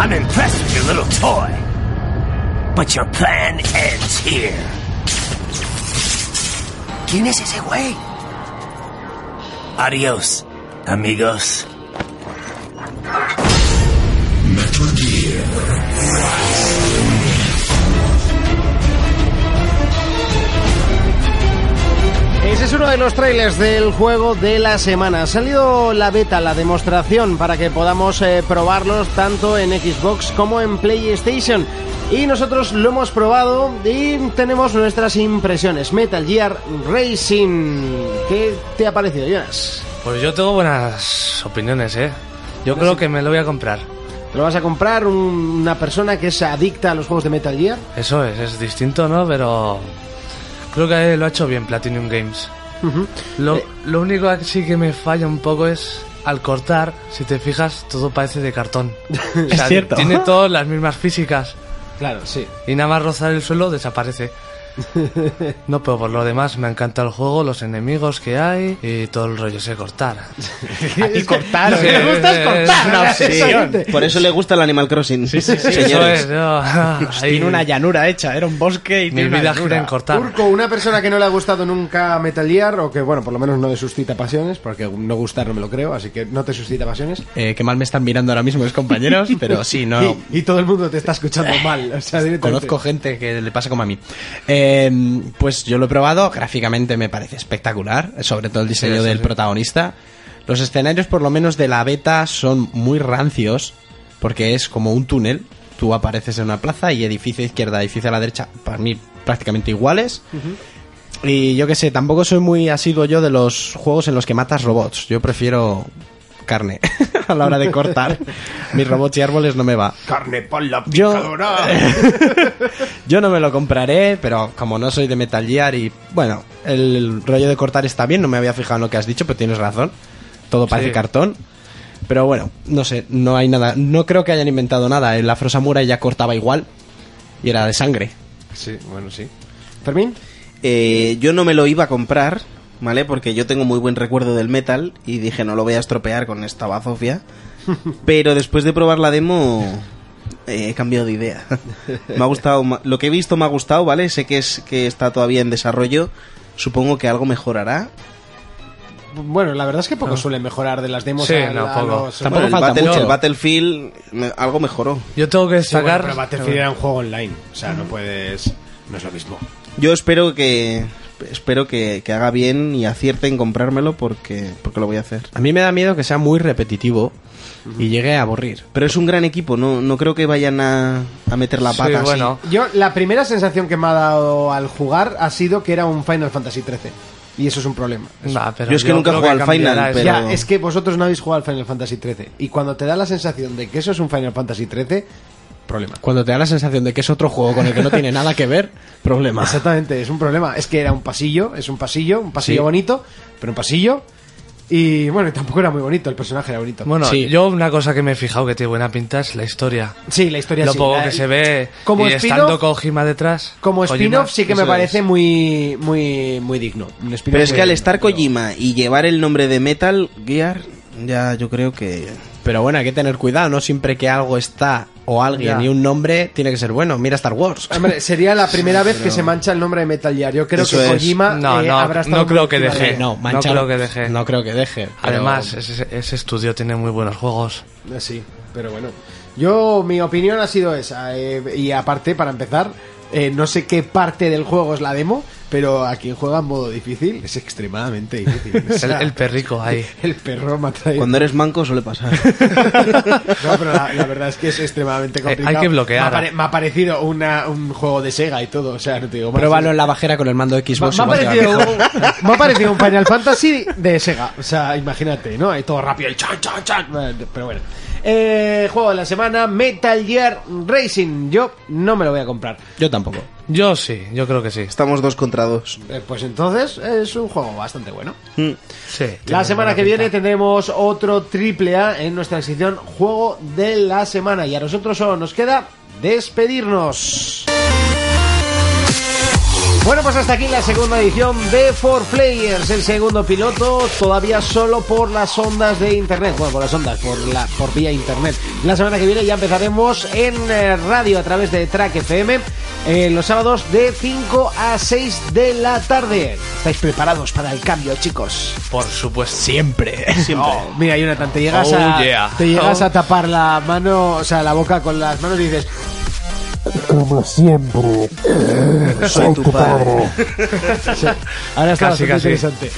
E: I'm impressed with your little toy. But your plan ends here. ¿Quién es ese güey? Adiós, amigos.
H: Ese es uno de los trailers del juego de la semana. Ha salido la beta, la demostración, para que podamos eh, probarlos tanto en Xbox como en PlayStation. Y nosotros lo hemos probado y tenemos nuestras impresiones. Metal Gear Racing. ¿Qué te ha parecido, Jonas?
C: Pues yo tengo buenas opiniones, ¿eh? Yo creo que me lo voy a comprar.
H: ¿Te lo vas a comprar un- una persona que es adicta a los juegos de Metal Gear?
C: Eso es, es distinto, ¿no? Pero creo que lo ha hecho bien Platinum Games. Lo, lo único que sí que me falla un poco es al cortar, si te fijas, todo parece de cartón. O sea,
B: cierto.
C: Tiene todas las mismas físicas
H: Claro, sí.
C: y nada más rozar el suelo desaparece. No, pero por lo demás me encanta el juego, los enemigos que hay y todo el rollo ese cortar.
B: Y cortar.
C: Lo que me gusta es cortar.
B: Una obsesión.
G: Por eso le gusta el Animal Crossing.
C: Eso
G: Señores.
C: es, yo- ahí-
B: Tiene una llanura hecha, era un bosque y
C: Mi
B: tiene una
C: vida gira en
B: llanura.
C: cortar.
A: Urco, una persona que no le ha gustado nunca Metal Gear, o que, bueno, por lo menos no le suscita pasiones, porque no gustar no me lo creo, así que no te suscita pasiones.
B: Eh, qué mal me están mirando ahora mismo mis compañeros, pero sí, no.
A: Y, y todo el mundo te está escuchando mal. O sea, directamente.
B: Conozco gente que le pasa como a mí. Eh, pues yo lo he probado, gráficamente me parece espectacular, sobre todo el diseño del protagonista. Los escenarios, por lo menos de la beta, son muy rancios, porque es como un túnel. Tú apareces en una plaza y edificio a izquierda, edificio a la derecha, para mí prácticamente iguales. Y yo qué sé, tampoco soy muy asiduo yo de los juegos en los que matas robots. Yo prefiero carne a la hora de cortar. Mis robots y árboles no me va.
A: Carne por la
B: Yo-
A: picadora.
B: Yo no me lo compraré, pero como no soy de Metal Gear y bueno, el rollo de cortar está bien, no me había fijado en lo que has dicho, pero tienes razón. Todo parece
C: Sí.
B: cartón. Pero bueno, no sé, no hay nada, no creo que hayan inventado nada. El Afro Samurai ya cortaba igual y era de sangre.
A: Sí, bueno, sí. Fermín,
G: Eh, yo no me lo iba a comprar, ¿vale? Porque yo tengo muy buen recuerdo del metal y dije no lo voy a estropear con esta bazofia. Pero después de probar la demo eh, he cambiado de idea. me ha gustado, ma- lo que he visto me ha gustado, ¿vale? Sé que, es, que está todavía en desarrollo. Supongo que algo mejorará.
A: Bueno, la verdad es que poco suele mejorar de las demos.
C: Sí,
A: a-
C: no,
A: a
C: poco.
A: los-
B: Tampoco
G: el,
B: falta
G: Battle-
B: mucho.
G: el Battlefield me- algo mejoró.
C: Yo tengo que
A: Sí, bueno,
C: destacar.
A: pero Battlefield era un juego online. O sea, no puedes. No es lo mismo.
G: Yo espero que espero que, que haga bien y acierte en comprármelo porque, porque lo voy a hacer.
B: A mí me da miedo que sea muy repetitivo y llegue a aburrir.
G: Pero es un gran equipo, no, no creo que vayan a, a meter la
C: Sí,
G: pata así.
C: bueno.
A: Yo, la primera sensación que me ha dado al jugar ha sido que era un Final Fantasy XIII. Y eso es un problema.
C: Nah, pero
G: Yo es que nunca he
C: creo
G: jugado al Final,
C: cambiará eso.
G: pero-
A: Ya, es que vosotros no habéis jugado al Final Fantasy XIII. Y cuando te da la sensación de que eso es un Final Fantasy XIII, problema.
B: Cuando te da la sensación de que es otro juego con el que no tiene nada que ver, problema.
A: Exactamente, es un problema. Es que era un pasillo, es un pasillo, un pasillo
B: Sí.
A: bonito, pero un pasillo. Y bueno, y tampoco era muy bonito, el personaje era bonito.
C: Bueno,
B: Sí.
C: yo una cosa que me he fijado que tiene buena pinta es la historia.
A: sí, la historia
C: Lo
A: sí,
C: poco
A: la-
C: que se ve
A: Como
C: y
A: spin-off-
C: estando Kojima detrás.
A: Como
C: Kojima,
A: spin-off sí que me
C: eso
A: parece
C: es.
A: muy muy muy digno. Un spin-off
G: Pero es
A: muy
G: que al
A: digno,
G: estar
A: pero-
G: Kojima y llevar el nombre de Metal Gear, ya yo creo que...
B: Pero bueno, hay que tener cuidado, no siempre que algo está o alguien
C: Ya.
B: y un nombre tiene que ser bueno. Mira Star Wars.
A: Hombre, sería la primera vez que se mancha el nombre de Metal Gear. Yo creo
G: Eso
A: que
G: es.
A: Kojima
C: No,
A: eh,
C: no,
A: habrá estado
C: no creo
A: muy
C: que
A: encima
C: deje.
A: de-
B: Eh, No, manchar-
C: creo que deje.
B: No creo que deje. pero-
C: Además, ese, ese estudio tiene muy buenos juegos.
A: Eh, Sí, pero bueno. Yo, mi opinión ha sido esa. eh, y aparte, para empezar, eh, no sé qué parte del juego es la demo, pero a quien juega en modo difícil es extremadamente difícil. O
C: El,
A: sea,
C: el perrico ahí.
A: el perro mata a-
G: Cuando eres manco suele pasar.
A: No, pero la, la verdad es que es extremadamente complicado.
C: hay que bloquear.
A: Me ha, pare- me ha parecido una- un juego de Sega y todo. O sea, no te digo más.
B: Pruébalo en la bajera con el mando de
A: Me,
B: Xbox.
A: me ha
B: igual te va
A: parecido,
B: mejor.
A: un- me ha parecido un Final Fantasy de Sega. O sea, imagínate, ¿no? Ahí todo rápido, el chan, chan, chan. Pero bueno. Eh, juego de la semana, Metal Gear Racing. Yo no me lo voy a comprar.
B: Yo tampoco.
C: Yo sí, yo creo que sí.
G: Estamos dos contra dos.
A: Eh, pues entonces es un juego bastante bueno.
C: Sí.
A: La semana que viene tendremos otro triple A en nuestra sección Juego de la Semana. Y a nosotros solo nos queda despedirnos. Bueno, pues hasta aquí la segunda edición de 4Players, el segundo piloto, todavía solo por las ondas de internet. Bueno, por las ondas, por, la, por vía internet. La semana que viene ya empezaremos en eh, radio a través de Track FM, eh, los sábados de 5 a 6 de la tarde. ¿Estáis preparados para el cambio, chicos?
C: Por supuesto.
A: Oh, mira, Jonathan, te llegas,
C: Oh,
A: a,
C: yeah.
A: te llegas
C: Oh.
A: a tapar la mano, o sea, la boca con las manos y dices,
G: Soy tu padre.
A: ahora está bastante
C: Casi, casi.
A: interesante.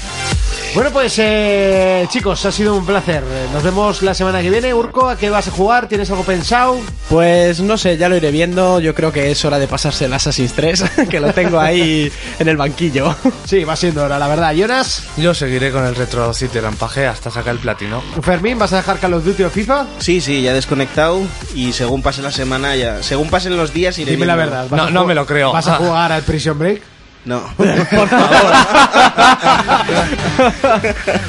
A: Bueno, pues eh, chicos, ha sido un placer. Eh, Nos vemos la semana que viene. Urco, ¿a qué vas a jugar? ¿Tienes algo pensado?
B: Pues no sé, ya lo iré viendo. Yo creo que es hora de pasarse el Assassin's 3, que lo tengo ahí en el banquillo.
A: Sí, va siendo ahora, la verdad. Jonas,
C: Yo seguiré con el Retro City Rampage hasta sacar el platino.
A: Fermín, ¿vas a dejar Call of Duty o FIFA?
G: Sí, sí, ya desconectado y según pase la semana ya... Según pasen los días iré
A: Dime la
G: viendo.
A: verdad. ¿vas
C: No,
A: a
C: no
A: ju-
C: me lo creo.
A: ¿Vas a jugar al Prison Break?
G: No.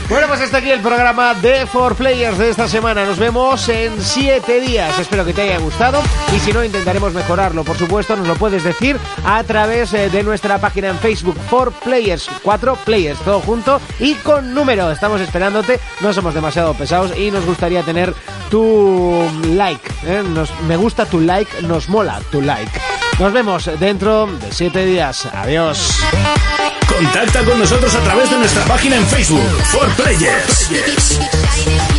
A: Bueno, pues hasta aquí el programa de 4Players de esta semana. Nos vemos en 7 días. Espero que te haya gustado y si no, intentaremos mejorarlo. Por supuesto, nos lo puedes decir a través eh, de nuestra página en Facebook 4Players, 4Players, todo junto y con número. Estamos esperándote, no somos demasiado pesados y nos gustaría tener tu like. ¿eh? Nos, me gusta tu like, nos mola tu like. Nos vemos dentro de 7 días. Adiós.
E: Contacta con nosotros a través de nuestra página en Facebook, For Players.
J: Dynamite.